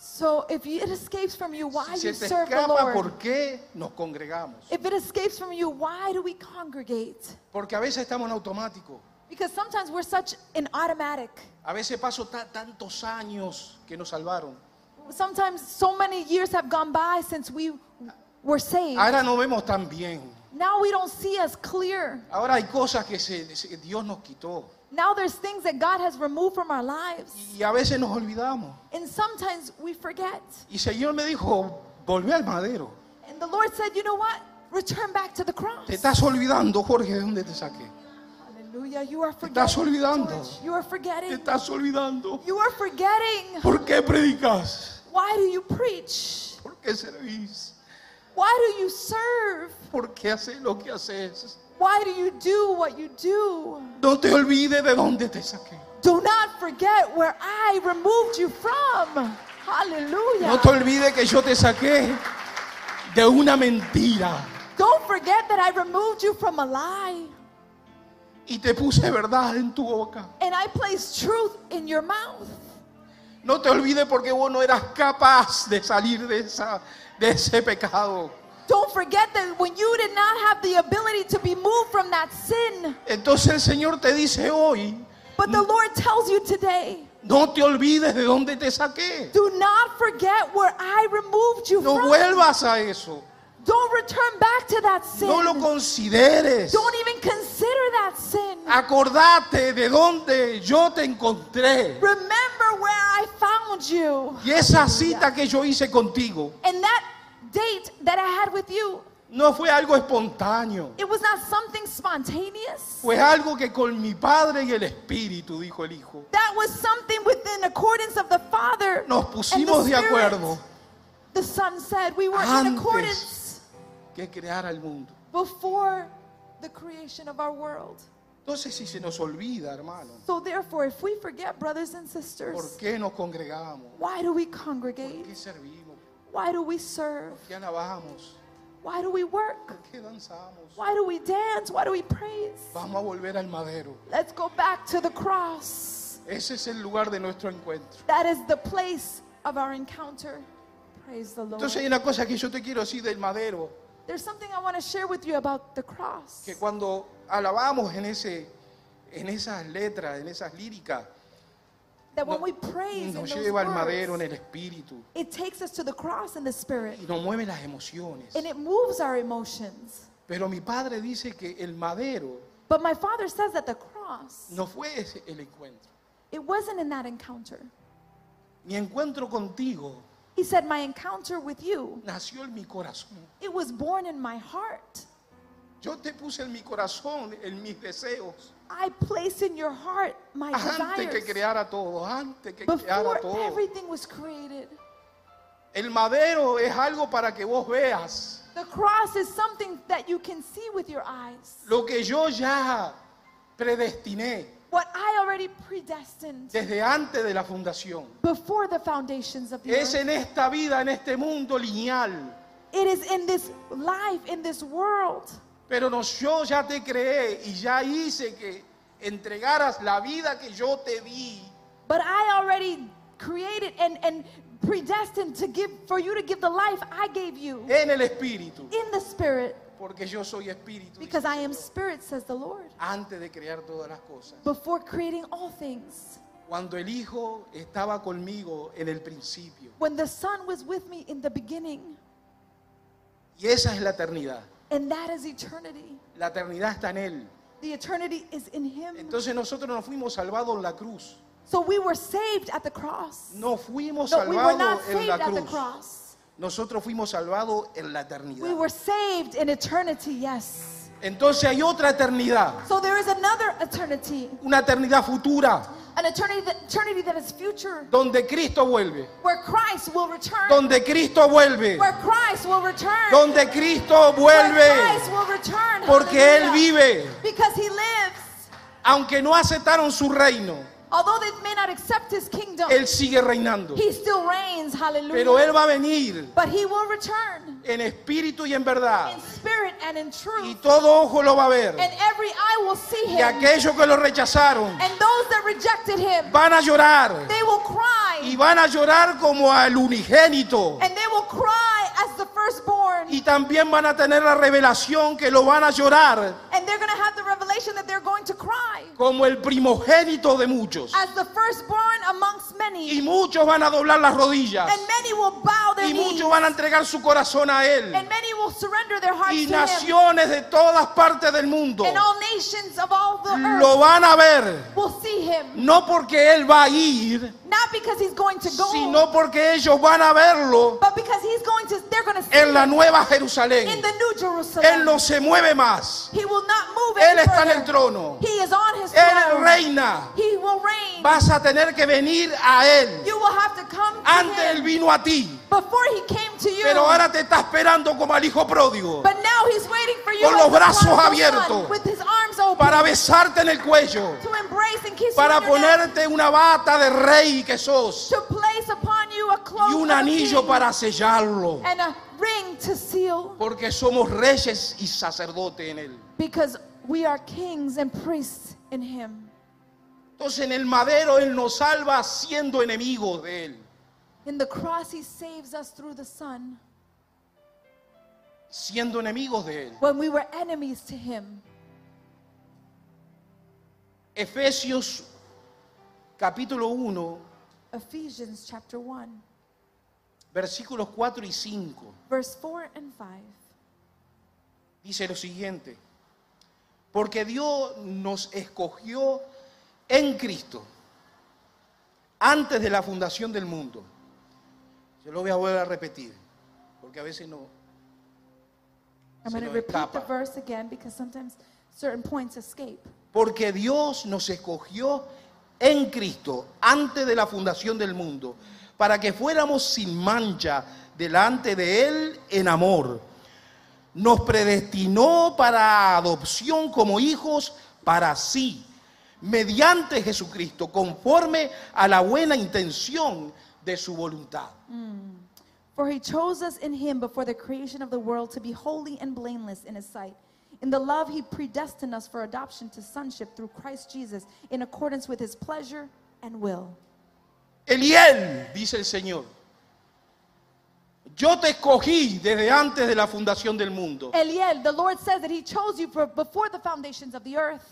S2: So if you- it escapes from you, why
S1: Si
S2: you
S1: se te
S2: serve the
S1: escapa,
S2: Lord?
S1: ¿por qué nos congregamos?
S2: If it escapes from you, why do we congregate?
S1: Porque a veces estamos en automático.
S2: Because sometimes we're such an automatic.
S1: A veces paso ta- tantos años que nos salvaron.
S2: Sometimes so many years have gone by since we were saved.
S1: Ahora no vemos tan bien.
S2: Now we don't see as clear.
S1: Ahora hay cosas que se- se- Dios nos quitó.
S2: Now there's things that God has removed from our lives.
S1: Y a veces nos olvidamos.
S2: And sometimes we forget.
S1: Y el Señor me dijo, volví al madero.
S2: And the Lord said, you know what? Return back to the cross.
S1: Te estás olvidando, Jorge, de dónde te saqué.
S2: Hallelujah. You are forgetting.
S1: estás olvidando.
S2: George. You are
S1: Te
S2: forgetting.
S1: estás olvidando.
S2: You are forgetting.
S1: ¿Por qué predicas?
S2: Why do you preach?
S1: ¿Por qué servís?
S2: Why do you serve?
S1: ¿Por qué haces lo que haces?
S2: Why do you do what you do?
S1: No te olvides de dónde te saqué.
S2: Do not forget where I removed you from.
S1: No te
S2: Hallelujah.
S1: olvides que yo te saqué de una mentira
S2: Don't forget that I removed you from a lie
S1: y te puse verdad en tu boca.
S2: and I placed truth in your mouth.
S1: No te olvides porque vos no eras capaz de salir de, esa, de ese pecado.
S2: Don't forget that when you did not have the ability to be moved from that sin,
S1: Entonces el Señor te dice hoy,
S2: but the Lord tells you today,
S1: no te olvides de dónde te saqué.
S2: do not forget where I removed you
S1: No
S2: from.
S1: vuelvas a eso.
S2: Don't return back to that sin.
S1: No lo consideres.
S2: Don't even consider that sin.
S1: Acordate de dónde yo te encontré.
S2: Remember where I found you.
S1: Y esa cita que yo hice contigo
S2: And that date that I had with you,
S1: no fue algo espontáneo.
S2: it was not something spontaneous.
S1: Fue algo que con mi Padre y el Espíritu, dijo el Hijo,
S2: That was something within accordance of the Father.
S1: nos
S2: and the
S1: pusimos de
S2: Spirit.
S1: acuerdo
S2: The Son said we were in
S1: Antes.
S2: accordance
S1: que creara el mundo.
S2: before the creation of our world.
S1: Entonces si se nos olvida, hermano,
S2: So therefore, if we forget, brothers and
S1: ¿por
S2: sisters,
S1: qué nos congregamos?
S2: why do we
S1: ¿Por
S2: congregate?
S1: qué servimos?
S2: Why do we serve?
S1: ¿Por qué alabamos?
S2: Why do we work?
S1: ¿Por qué danzamos?
S2: Why do we dance? Why do we praise?
S1: Vamos a volver al madero.
S2: Let's go back to the cross.
S1: Ese es el lugar de nuestro encuentro.
S2: That is the place of our encounter. Praise the Lord.
S1: Entonces hay una cosa que yo te quiero decir del madero,
S2: There's something I want to share with you about the cross.
S1: que cuando alabamos en, ese, en esas letras, en esas líricas,
S2: That when
S1: no-
S2: we praise in
S1: nos
S2: those
S1: lleva al madero en
S2: words,
S1: el espíritu
S2: it takes us to the cross in the spirit
S1: y nos mueve las emociones.
S2: and it moves our emotions.
S1: Pero mi padre dice que el madero
S2: But my father says that the cross,
S1: no fue ese el encuentro.
S2: it wasn't in that encounter.
S1: Mi encuentro contigo
S2: He said, My encounter with you,
S1: nació en mi corazón.
S2: it was born in my heart.
S1: Yo te puse en mi corazón, en mis deseos,
S2: I placed in your heart my
S1: antes que
S2: desires
S1: creara todo, antes que creara
S2: before
S1: todo.
S2: everything was created.
S1: El madero es algo para que vos veas
S2: The cross is something that you can see with your eyes.
S1: lo que yo ya predestiné
S2: What I already predestined
S1: desde antes de la fundación.
S2: before the foundations of the
S1: Es
S2: earth.
S1: en esta vida, en este mundo lineal.
S2: It is in this life, in this world.
S1: Pero no, yo ya te creé y ya hice que entregaras la vida que yo te di
S2: But I already created and, and predestined to give for you to give the life I gave you
S1: en el espíritu.
S2: in the spirit.
S1: Porque yo soy espíritu. dice
S2: Because I
S1: el
S2: am
S1: Señor,
S2: spirit, says the Lord.
S1: Antes de crear todas las cosas.
S2: Before creating all things,
S1: Cuando el Hijo estaba conmigo en el principio.
S2: when the Son was with me in the beginning,
S1: Y esa es la eternidad.
S2: and that is eternity.
S1: La eternidad está en Él.
S2: The eternity is in Him.
S1: Entonces nosotros no fuimos salvados en la cruz.
S2: So we were saved at the cross.
S1: No fuimos
S2: No, we were not
S1: salvados en
S2: saved
S1: la
S2: at the
S1: cruz.
S2: cross.
S1: Nosotros fuimos salvados en la
S2: We
S1: eternidad.
S2: were saved in eternity, yes.
S1: Entonces hay otra eternidad.
S2: So there is another eternity,
S1: Una eternidad futura.
S2: an eternity that, eternity that is future,
S1: Donde Cristo vuelve.
S2: where Christ will return.
S1: Donde Cristo vuelve.
S2: Where Christ will return.
S1: Donde Cristo
S2: Where
S1: vuelve.
S2: Christ will return.
S1: Porque Él
S2: Hallelujah.
S1: vive.
S2: Because he lives.
S1: Aunque no aceptaron su reino,
S2: Although they may not accept his kingdom,
S1: Él sigue reinando.
S2: he still reigns. Hallelujah.
S1: Pero Él va a venir
S2: but he will return
S1: en espíritu y en verdad.
S2: in spirit and in
S1: Y
S2: truth,
S1: todo ojo lo va a ver.
S2: and every eye will see him.
S1: Y aquellos que lo rechazaron
S2: and those that rejected him,
S1: van a llorar.
S2: they will cry.
S1: Y van a llorar como al unigénito.
S2: and they will cry as the firstborn.
S1: Y también van a tener la revelación que lo van a llorar
S2: and they're going to have the revelation that they're going to cry
S1: como el primogénito de muchos.
S2: as the firstborn amongst many.
S1: Y muchos van a doblar las rodillas.
S2: and many will bow their
S1: Y
S2: knees.
S1: muchos van a entregar su corazón a Él.
S2: and many will surrender their hearts
S1: Y
S2: to him.
S1: naciones de todas partes del mundo
S2: And all nations of all the
S1: lo
S2: earth
S1: van a ver.
S2: will see him.
S1: No porque Él va a ir,
S2: Not because he's going to go,
S1: sino porque ellos van a verlo
S2: but because he's going to, they're going to see
S1: en la
S2: him
S1: nueva Jerusalén.
S2: in the new Jerusalem.
S1: Él no se mueve más.
S2: he will not move
S1: Él
S2: any
S1: está en el
S2: further.
S1: trono.
S2: He is on his
S1: Él
S2: throne.
S1: reina.
S2: He will reign.
S1: Vas a tener que venir a Él.
S2: you will have to come to
S1: Antes Él
S2: him
S1: vino a ti,
S2: before he came to you.
S1: pero ahora te está esperando como al hijo pródigo
S2: but now he's waiting for you
S1: Con
S2: as
S1: los
S2: the
S1: brazos
S2: prodigal
S1: abiertos.
S2: son with his arms open
S1: para besarte en el cuello,
S2: to embrace and kiss
S1: para
S2: you on your neck,
S1: ponerte una bata de rey que sos
S2: to place upon you a cloak
S1: y un
S2: of a
S1: anillo
S2: king
S1: para sellarlo,
S2: and a ring to seal.
S1: porque somos reyes y sacerdotes en Él.
S2: Because we are kings and priests in him.
S1: Entonces en el madero Él nos salva siendo enemigos de Él,
S2: In the cross, he saves us through the Son
S1: siendo enemigos de Él.
S2: when we were enemies to him.
S1: Efesios capítulo 1,
S2: Ephesians chapter 1,
S1: versículos 4 y 5.
S2: verse 4 and 5.
S1: dice lo siguiente, porque Dios nos escogió en Cristo antes de la fundación del mundo. Se lo voy a volver a repetir, porque a veces no.
S2: I'm
S1: Se
S2: going to
S1: nos
S2: repeat the
S1: escapa.
S2: verse again because sometimes certain points escape.
S1: Porque Dios nos escogió en Cristo antes de la fundación del mundo, para que fuéramos sin mancha delante de Él en amor. Nos predestinó para adopción como hijos para sí, mediante Jesucristo, conforme a la buena intención de su voluntad.
S2: For he chose us in him before the creation of the world to be holy and blameless in his sight. In the love he predestined us for adoption to sonship through Christ Jesus in accordance with his pleasure and will.
S1: Eliel, dice el Señor, yo te escogí desde antes de la fundación del mundo.
S2: Eliel, the Lord says that He chose you for before the foundations of the earth.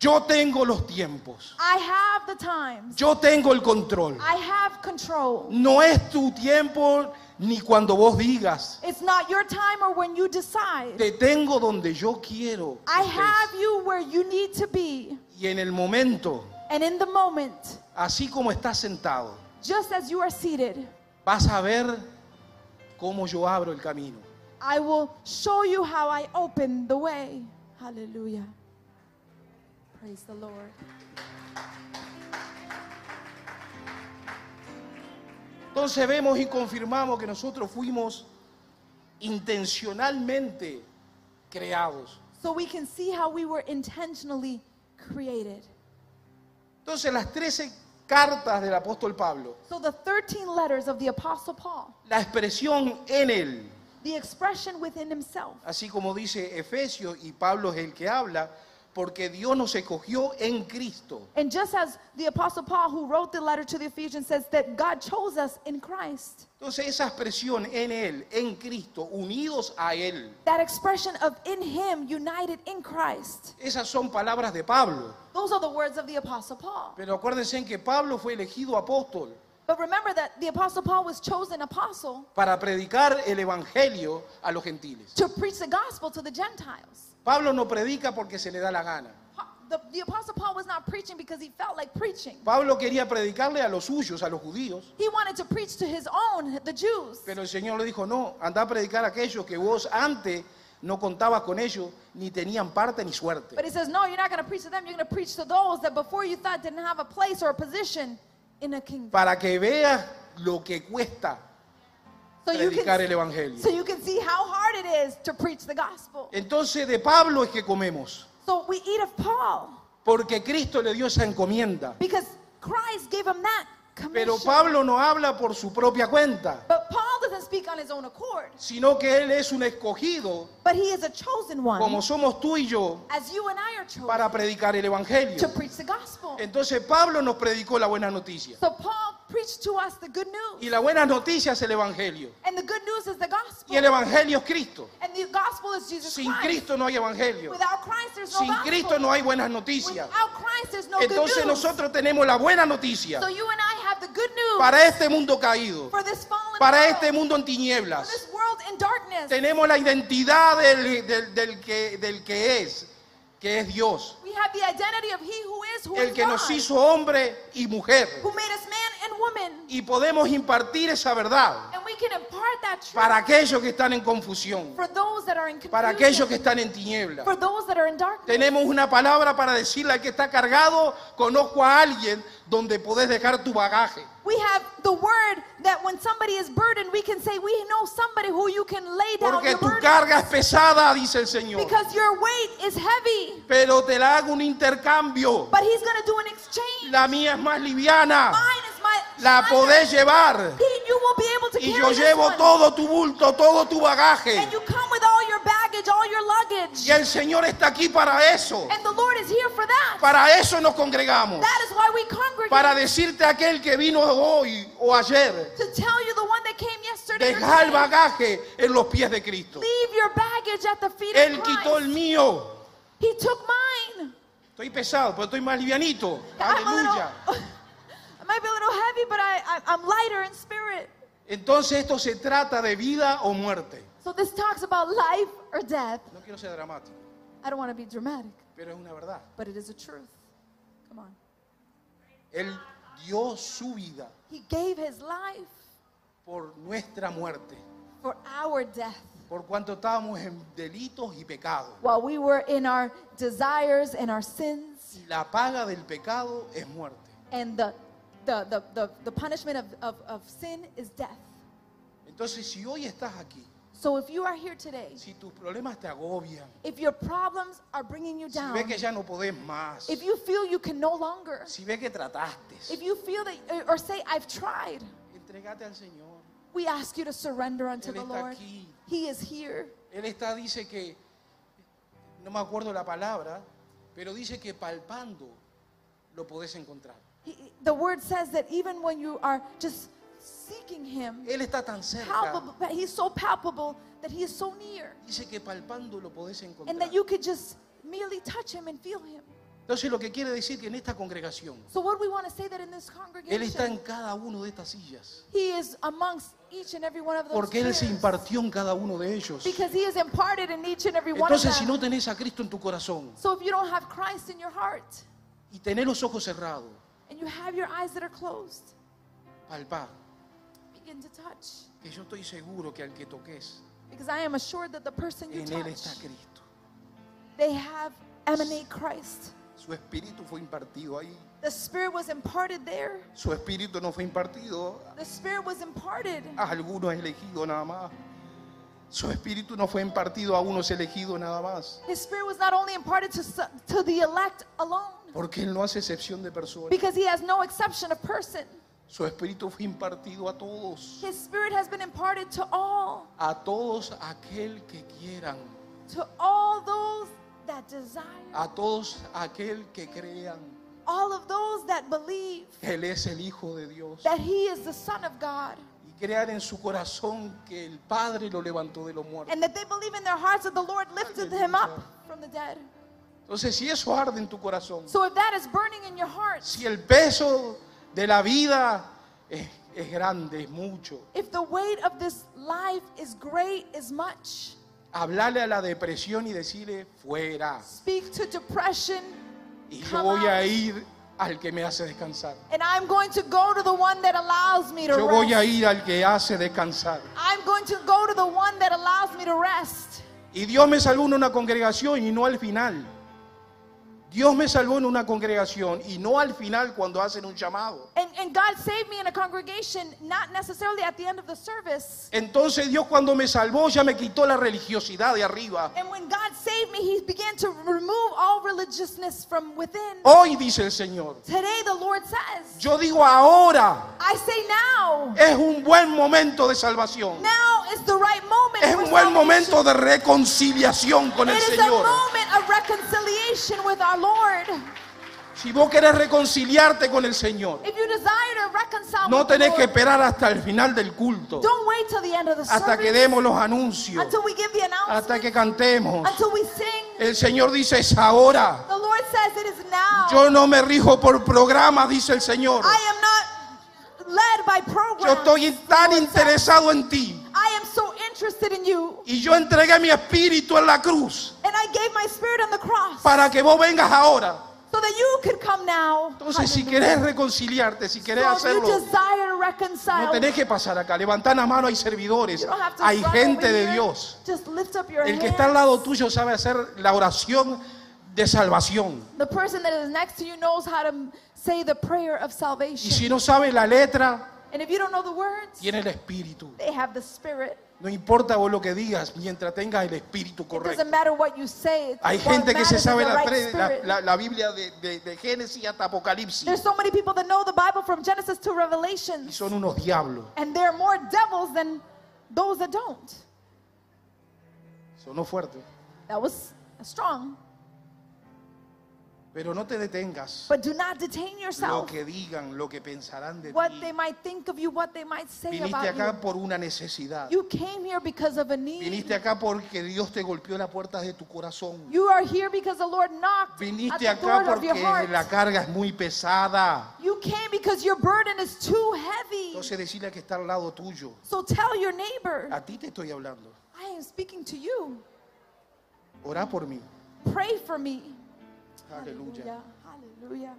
S1: Yo tengo los tiempos.
S2: I have the times.
S1: Yo tengo el control.
S2: I have control.
S1: No es tu tiempo ni cuando vos digas.
S2: It's not your time or when you decide.
S1: Te tengo donde yo quiero. que
S2: I
S1: estés.
S2: have you where you need to be.
S1: Y en el momento,
S2: And in the moment,
S1: así como estás sentado,
S2: just as you are seated,
S1: vas a ver cómo yo abro el camino.
S2: I will show you how I open the way. Hallelujah. Praise the Lord.
S1: Entonces vemos y confirmamos que nosotros fuimos intencionalmente creados.
S2: So we can see how we were intentionally created.
S1: Entonces las 13 cartas del apóstol Pablo,
S2: So the 13 letters of the Apostle Paul,
S1: la expresión en él,
S2: the expression within himself,
S1: Así como dice Efesios y Pablo es el que habla, porque Dios nos escogió en Cristo.
S2: And just as the Apostle Paul, who wrote the letter to the Ephesians, says that God chose us in Christ,
S1: Entonces esa expresión en Él, en Cristo, unidos a Él,
S2: that expression of in Him, united in Christ,
S1: esas son palabras de Pablo.
S2: those are the words of the Apostle Paul.
S1: Pero acuérdense en que Pablo fue elegido apóstol
S2: But remember that the Apostle Paul was chosen apostle
S1: para predicar el Evangelio a los gentiles.
S2: to preach the gospel to the Gentiles.
S1: Pablo no predica porque se le da la gana.
S2: Pa- The, the Apostle Paul was not preaching because he felt like preaching.
S1: Pablo quería predicarle a los suyos, a los judíos,
S2: He wanted to preach to his own, the Jews.
S1: pero el Señor le dijo, no, anda a predicar a aquellos que vos antes no contabas con ellos, ni tenían parte ni suerte.
S2: But he says, no, you're not going to preach to them. You're going to preach to those that before you thought didn't have a place or a position in a kingdom.
S1: para que veas lo que cuesta
S2: So you
S1: predicar el
S2: can So
S1: Evangelio.
S2: you can see how hard it is to preach the gospel.
S1: Entonces de Pablo es que comemos,
S2: So we eat of Paul,
S1: Porque Cristo le dio esa encomienda.
S2: because Christ gave him that commission.
S1: Pero Pablo no habla por su propia cuenta,
S2: but Paul doesn't speak on his own accord,
S1: sino que él es un escogido,
S2: but he is a chosen one,
S1: como somos tú y yo,
S2: as you and I are chosen,
S1: para predicar el
S2: to
S1: Evangelio.
S2: preach the gospel.
S1: Entonces Pablo nos predicó la buena noticia.
S2: so Paul preached to us the good news,
S1: Y la buena noticia es el Evangelio.
S2: and the good news is the gospel,
S1: Y el Evangelio es Cristo.
S2: and the gospel is Jesus
S1: Sin
S2: Christ.
S1: Cristo no hay Evangelio.
S2: Without Christ, there's no
S1: Sin
S2: gospel.
S1: Cristo no hay buenas noticias.
S2: Without Christ, there's no
S1: Entonces
S2: good news.
S1: nosotros tenemos la buena noticia
S2: so you and I have the good news
S1: para este mundo caído,
S2: for this fallen
S1: para
S2: world,
S1: este mundo en
S2: for this
S1: tinieblas.
S2: world in darkness.
S1: Tenemos la identidad del, del- del que, del que es, que es Dios,
S2: we have the identity of He who is, who is
S1: el que nos
S2: God,
S1: hizo hombre y mujer.
S2: who made us man and woman,
S1: Y podemos impartir esa verdad
S2: and we can impart that truth
S1: para aquellos que están en confusión,
S2: for those that are in confusion,
S1: para aquellos que están en tinieblas.
S2: for those that are in darkness.
S1: Tenemos una palabra para decirle al que está cargado, conozco a alguien donde podés dejar tu bagaje.
S2: we have the word that when somebody is burdened, we can say, we know somebody who you can lay down
S1: Porque
S2: your
S1: tu
S2: burden
S1: carga es pesada, dice el Señor.
S2: because your weight is heavy,
S1: Pero te la hago un intercambio.
S2: but He's going to do an exchange.
S1: La mía es más liviana.
S2: Mine is my
S1: La
S2: mine
S1: podés llevar.
S2: He- you will be able to
S1: Y
S2: carry
S1: yo
S2: this
S1: llevo
S2: one.
S1: todo tu bulto, todo tu bagaje.
S2: And you come with all your baggage, all your luggage.
S1: Y el Señor está aquí para eso.
S2: And the Lord is here for that.
S1: Para eso nos congregamos.
S2: that is why we congregate.
S1: Para decirte a aquel que vino hoy o ayer,
S2: to tell you the one that came yesterday. or
S1: deja el
S2: today.
S1: bagaje en los pies de Cristo.
S2: Leave your baggage at the feet
S1: Él
S2: of
S1: quitó el
S2: Christ.
S1: mío.
S2: He took mine. (laughs)
S1: Estoy pesado, pero estoy más livianito.
S2: I'm a little, (laughs)
S1: Aleluya.
S2: I might be a little heavy, but I, I, I'm lighter in spirit.
S1: Entonces esto se trata de vida o muerte.
S2: So this talks about life or death.
S1: No quiero ser dramático,
S2: I don't want to be dramatic,
S1: pero es una verdad.
S2: but it is a truth. Come on.
S1: Él dio su vida
S2: He gave his life
S1: por nuestra muerte,
S2: for our death.
S1: por cuanto estábamos en delitos y pecados.
S2: while we were in our desires and our sins
S1: Y la paga del pecado es muerte.
S2: and the the, the, the, the punishment of, of, of sin is death.
S1: Entonces, si hoy estás aquí,
S2: So if you are here today,
S1: si tus problemas te agobian,
S2: if your problems are bringing you
S1: si
S2: down,
S1: ves que ya no podés más,
S2: if you feel you can no longer,
S1: si ves que trataste,
S2: if you feel that, uh, or say, I've tried,
S1: entregate al Señor.
S2: we ask you to surrender unto
S1: Él
S2: the
S1: está
S2: Lord.
S1: aquí.
S2: He is here.
S1: Él está, dice que, no me acuerdo la palabra, pero dice que palpando lo podés encontrar.
S2: He, the word says that even when you are just seeking Him,
S1: Él está tan cerca.
S2: palpable, but He's so palpable that He is so near.
S1: Dice que palpando lo podés
S2: and
S1: encontrar.
S2: that you could just merely touch him and feel him.
S1: Entonces lo que quiere decir que en esta congregación,
S2: So what we want to say that in this
S1: Él está en
S2: congregation,
S1: cada uno de estas sillas.
S2: he is amongst each and every one of those
S1: Porque Él se
S2: spirits,
S1: impartió en cada uno de ellos.
S2: because he is imparted in each and every one of them.
S1: Entonces si no tenés a Cristo en tu corazón
S2: so if you don't have Christ in your heart
S1: y tenés los ojos cerrados,
S2: and you have your eyes that are closed,
S1: palpá,
S2: begin to touch.
S1: que yo estoy seguro que al que toques,
S2: Because I am assured that the person you
S1: en Él está
S2: touch,
S1: Cristo.
S2: they have emanate Christ.
S1: Su espíritu fue impartido ahí.
S2: The Spirit was imparted there.
S1: Su espíritu no fue impartido
S2: The Spirit was imparted.
S1: a algunos elegidos nada más. Su espíritu no fue impartido a unos elegidos nada más.
S2: His Spirit was not only imparted to, so- to the elect alone,
S1: Porque Él no hace excepción de personas.
S2: Because he has no exception of person.
S1: Su espíritu fue impartido a todos.
S2: His spirit has been imparted to all,
S1: A todos aquel que quieran.
S2: to all those that desire,
S1: A todos aquel que crean.
S2: all of those that believe
S1: que Él es el Hijo de Dios.
S2: that he is the Son of God,
S1: Y crean en su corazón que el Padre lo levantó de los muertos.
S2: and that they believe in their hearts that the Lord lifted him up from the dead.
S1: Entonces, si eso arde en tu corazón,
S2: So if that is burning in your heart,
S1: si el peso de la vida es, es grande, es mucho,
S2: if the weight of this life is great, is much,
S1: hablarle a la depresión y decirle fuera.
S2: speak to depression,
S1: Y yo
S2: Come
S1: voy
S2: on.
S1: a ir al que me hace descansar.
S2: and I'm going to go to the one that allows me to
S1: Yo voy a
S2: rest.
S1: ir al que hace descansar.
S2: I'm going to go to the one that allows me to rest.
S1: Y Dios me salvó en una congregación y no al final. Dios me salvó en una congregación y no al final cuando hacen un llamado.
S2: And, and God saved me in a congregation, not necessarily at the end of the service.
S1: Entonces Dios cuando me salvó ya me quitó la religiosidad de arriba.
S2: And when God saved me, he began to remove all religiousness from within.
S1: Hoy dice el Señor.
S2: Today, the Lord says,
S1: Yo digo ahora
S2: I say now.
S1: es un buen momento de salvación.
S2: Now is the right moment.
S1: Es
S2: for
S1: un buen
S2: salvation.
S1: momento de reconciliación con el
S2: It is a
S1: Señor.
S2: moment of reconciliation with our Lord.
S1: Si vos querés reconciliarte con el Señor,
S2: If you desire to reconcile
S1: no
S2: with the
S1: tenés que
S2: Lord,
S1: esperar hasta el final del culto,
S2: don't wait till the end of the
S1: hasta que
S2: service,
S1: demos los anuncios,
S2: until we give the
S1: hasta
S2: announcement,
S1: que cantemos.
S2: until we sing.
S1: El Señor dice, es ahora.
S2: The Lord says it is now.
S1: Yo no me rijo por programas, dice el Señor.
S2: I am not led by
S1: Yo
S2: programs.
S1: estoy tan interesado en ti.
S2: I am so interested in you.
S1: Y yo entregué mi espíritu en la cruz
S2: And I gave my spirit on the cross
S1: para que vos vengas ahora.
S2: so that you could come now.
S1: Entonces, si querés reconciliarte, si querés
S2: so if you
S1: hacerlo,
S2: desire to reconcile,
S1: no tenés que pasar acá. Levantá la mano, hay servidores,
S2: you don't have to
S1: hay
S2: run
S1: gente
S2: over
S1: de
S2: here.
S1: Dios.
S2: Just lift up your
S1: El que
S2: hands.
S1: está al lado tuyo sabe hacer la oración de salvación.
S2: The person that is next to you knows how to say the prayer of
S1: Y
S2: salvation.
S1: si no sabe la letra,
S2: and if you don't know the words,
S1: tiene el espíritu.
S2: they have the spirit.
S1: No importa vos lo que digas, mientras tengas el espíritu
S2: It doesn't
S1: correcto.
S2: matter what you say. It's
S1: Hay
S2: what
S1: gente que
S2: matters
S1: se
S2: is
S1: sabe
S2: the
S1: la,
S2: right
S1: pre- la-
S2: spirit.
S1: la- la Biblia de, de- de Génesis hasta
S2: There's
S1: Apocalipsis
S2: so many people that know the Bible from Genesis to Revelation,
S1: y son unos diablos.
S2: and there are more devils than those that don't.
S1: Sonó fuerte.
S2: That was strong.
S1: Pero no te detengas.
S2: But do not detain
S1: Lo
S2: yourself.
S1: que digan, lo que pensarán de
S2: What
S1: ti.
S2: they might think of you, what they might say
S1: Viniste
S2: about
S1: acá
S2: you.
S1: por una necesidad.
S2: You came here because of a need.
S1: Viniste acá porque Dios te golpeó las puertas de tu corazón.
S2: You are here because the Lord knocked at
S1: Viniste
S2: the
S1: acá
S2: door of
S1: porque
S2: your heart.
S1: la carga es muy pesada.
S2: You came because your burden is too heavy.
S1: Entonces Ah. decirle que está al lado tuyo.
S2: So tell your neighbor,
S1: A ti te estoy hablando.
S2: I am speaking to you.
S1: Orá por mí.
S2: Pray for me.
S1: Aleluya.
S2: Hallelujah.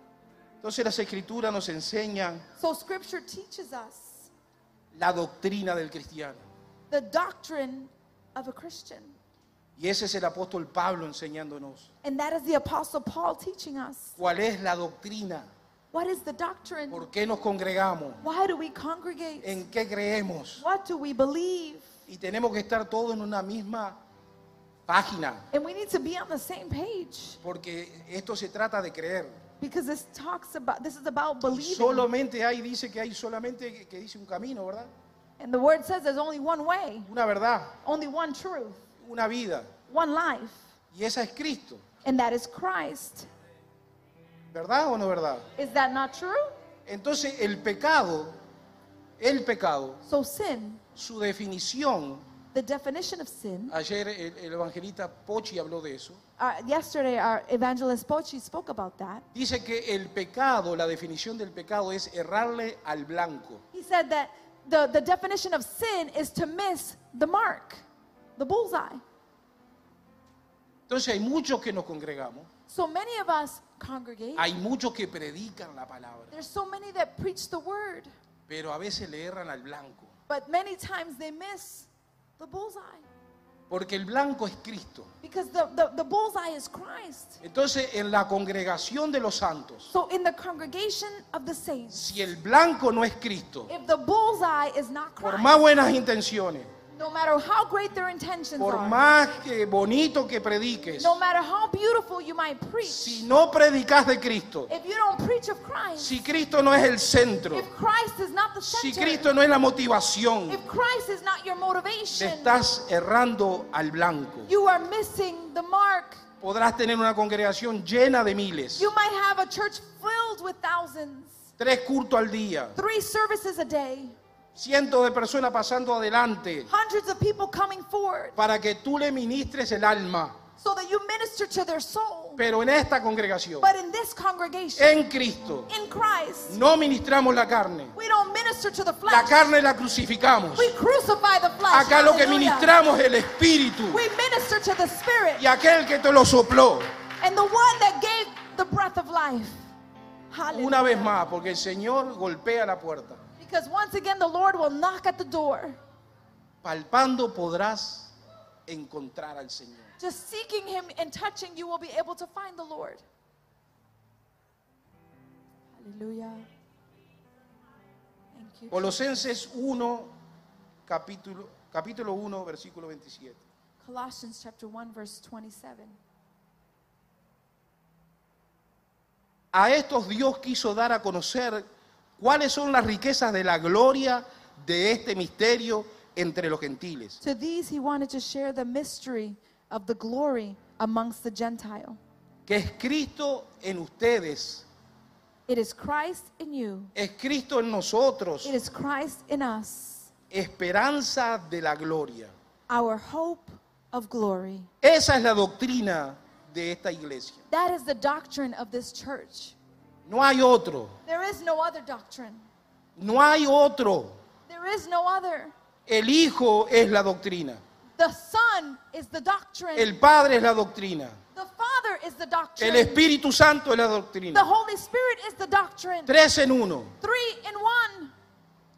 S1: Entonces las escrituras nos enseñan
S2: So scripture teaches us
S1: la doctrina del cristiano.
S2: the doctrine of a Christian.
S1: Y ese es el apóstol Pablo enseñándonos.
S2: And that is the apostle Paul teaching us.
S1: ¿Cuál es la doctrina?
S2: What is the doctrine?
S1: ¿Por qué nos congregamos?
S2: Why do we congregate?
S1: ¿En qué creemos?
S2: What do we believe?
S1: Y tenemos que estar todos en una misma página.
S2: And we need to be on the same page
S1: Porque esto se trata de creer.
S2: because this talks about this is about
S1: Y
S2: believing.
S1: solamente hay, dice que hay solamente que- que dice un camino, ¿verdad?
S2: And the word says there's only one way,
S1: Una verdad,
S2: only one truth,
S1: una vida.
S2: one life,
S1: Y esa es Cristo,
S2: and that is Christ.
S1: ¿verdad o no verdad?
S2: Is that not true?
S1: Entonces el pecado, el pecado,
S2: So sin,
S1: su definición,
S2: the definition of sin.
S1: ayer el, el evangelista Pochi habló de eso,
S2: Uh, yesterday our evangelist Pochi spoke about that.
S1: dice que el pecado, la definición del pecado es errarle al blanco.
S2: He said that the, the definition of sin is to miss the mark, the bullseye.
S1: Entonces hay muchos que nos congregamos,
S2: So many of us congregate.
S1: hay muchos que predican la palabra,
S2: There's so many that preach the word,
S1: pero a veces le erran al blanco.
S2: but many times they miss the bullseye
S1: Porque el blanco es Cristo.
S2: because the, the, the bullseye is Christ.
S1: Entonces, en la congregación de los santos,
S2: So in the congregation of the saints,
S1: si el blanco no es Cristo,
S2: if the bullseye is not
S1: por más
S2: Christ,
S1: buenas intenciones,
S2: no matter how great their intentions
S1: por
S2: are,
S1: más que bonito que prediques,
S2: no matter how beautiful you might preach,
S1: si no predicas de Cristo,
S2: if you don't preach of Christ,
S1: si Cristo no es el centro,
S2: if Christ is not the
S1: si
S2: center,
S1: Cristo no es la motivación,
S2: if Christ is not your
S1: le
S2: motivation,
S1: estás errando al blanco.
S2: you are missing the mark.
S1: Podrás tener una congregación llena de miles,
S2: You might have a church filled with thousands,
S1: tres cultos al día,
S2: three services a day.
S1: cientos de personas pasando adelante
S2: hundreds of people coming forward
S1: para que tú le ministres el alma.
S2: so that you minister to their soul.
S1: Pero en esta congregación,
S2: But in this congregation,
S1: en Cristo,
S2: in Christ,
S1: no ministramos la carne.
S2: we don't minister to the
S1: La
S2: flesh.
S1: carne la crucificamos.
S2: We crucify the flesh.
S1: Acá lo que
S2: Hallelujah.
S1: ministramos es el espíritu.
S2: We minister to the spirit
S1: Y aquel que te lo sopló.
S2: and the one that gave the breath of life.
S1: Una
S2: Hallelujah.
S1: vez más, porque el Señor golpea la puerta.
S2: Because once again, the Lord will knock at the door.
S1: Palpando podrás encontrar al Señor.
S2: Just seeking Him and touching, you will be able to find the Lord. Hallelujah. Thank you.
S1: Colosenses 1, capítulo, capítulo 1, versículo 27.
S2: Colossians chapter 1 verse 27.
S1: A estos Dios quiso dar a conocer cuáles son las riquezas de la gloria de este misterio entre los gentiles,
S2: To these he wanted to share the mystery of the glory amongst the Gentile.
S1: que es Cristo en ustedes,
S2: It is Christ in you.
S1: es Cristo en nosotros,
S2: It is Christ in us,
S1: esperanza de la gloria.
S2: our hope of glory.
S1: Esa es la doctrina de esta iglesia.
S2: That is the doctrine of this church.
S1: No hay otro,
S2: There is no other doctrine.
S1: no hay otro.
S2: There is no other.
S1: El Hijo es la doctrina,
S2: The Son is the doctrine.
S1: el Padre es la doctrina,
S2: the Father is the doctrine.
S1: el Espíritu Santo es la
S2: the
S1: doctrina.
S2: Holy Spirit is the doctrine.
S1: Tres en uno.
S2: Three in one.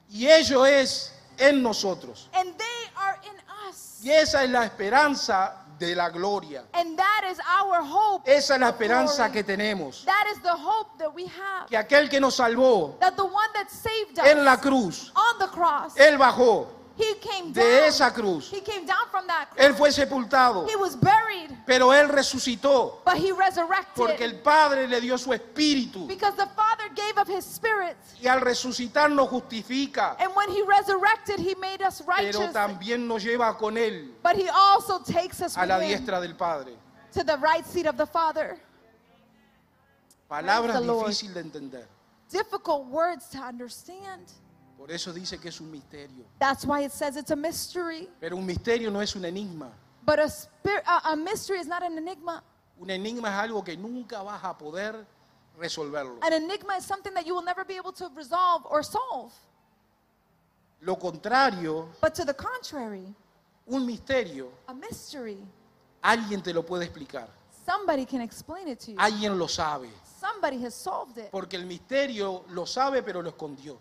S1: Y ello es en nosotros.
S2: And they are in us.
S1: Y esa es la esperanza de la gloria.
S2: And that is our hope.
S1: Esa es la
S2: of
S1: esperanza
S2: glory.
S1: que tenemos.
S2: That is the hope that we have.
S1: Que aquel que nos salvó
S2: That the one that saved us
S1: en la cruz,
S2: on the cross,
S1: Él bajó,
S2: he came
S1: de
S2: down.
S1: esa cruz. Eh.
S2: He came down from that
S1: Él
S2: cross.
S1: fue sepultado,
S2: He was buried,
S1: pero Él resucitó
S2: but he resurrected.
S1: porque el Padre le dio su espíritu.
S2: Because the Father gave of his spirit.
S1: Y al resucitar nos justifica,
S2: And when he resurrected, he made us
S1: pero
S2: righteous.
S1: también nos lleva con Él
S2: But he also takes us
S1: a la
S2: with him
S1: diestra del Padre.
S2: to the right seat of the Father.
S1: Palabras
S2: Praise the Lord.
S1: difíciles de entender.
S2: Difficult words to understand.
S1: Por eso dice que es un misterio.
S2: That's why it says it's a mystery.
S1: Pero un misterio no es un enigma.
S2: But a, spir- a, a mystery is not an enigma.
S1: Un enigma es algo que nunca vas a poder resolverlo.
S2: An enigma is something that you will never be able to resolve or solve.
S1: Lo contrario,
S2: But to the contrary,
S1: un misterio,
S2: a mystery,
S1: alguien te lo puede explicar.
S2: somebody can explain it to you.
S1: Alguien lo sabe.
S2: Somebody has solved it.
S1: Porque el misterio lo sabe, pero lo escondió.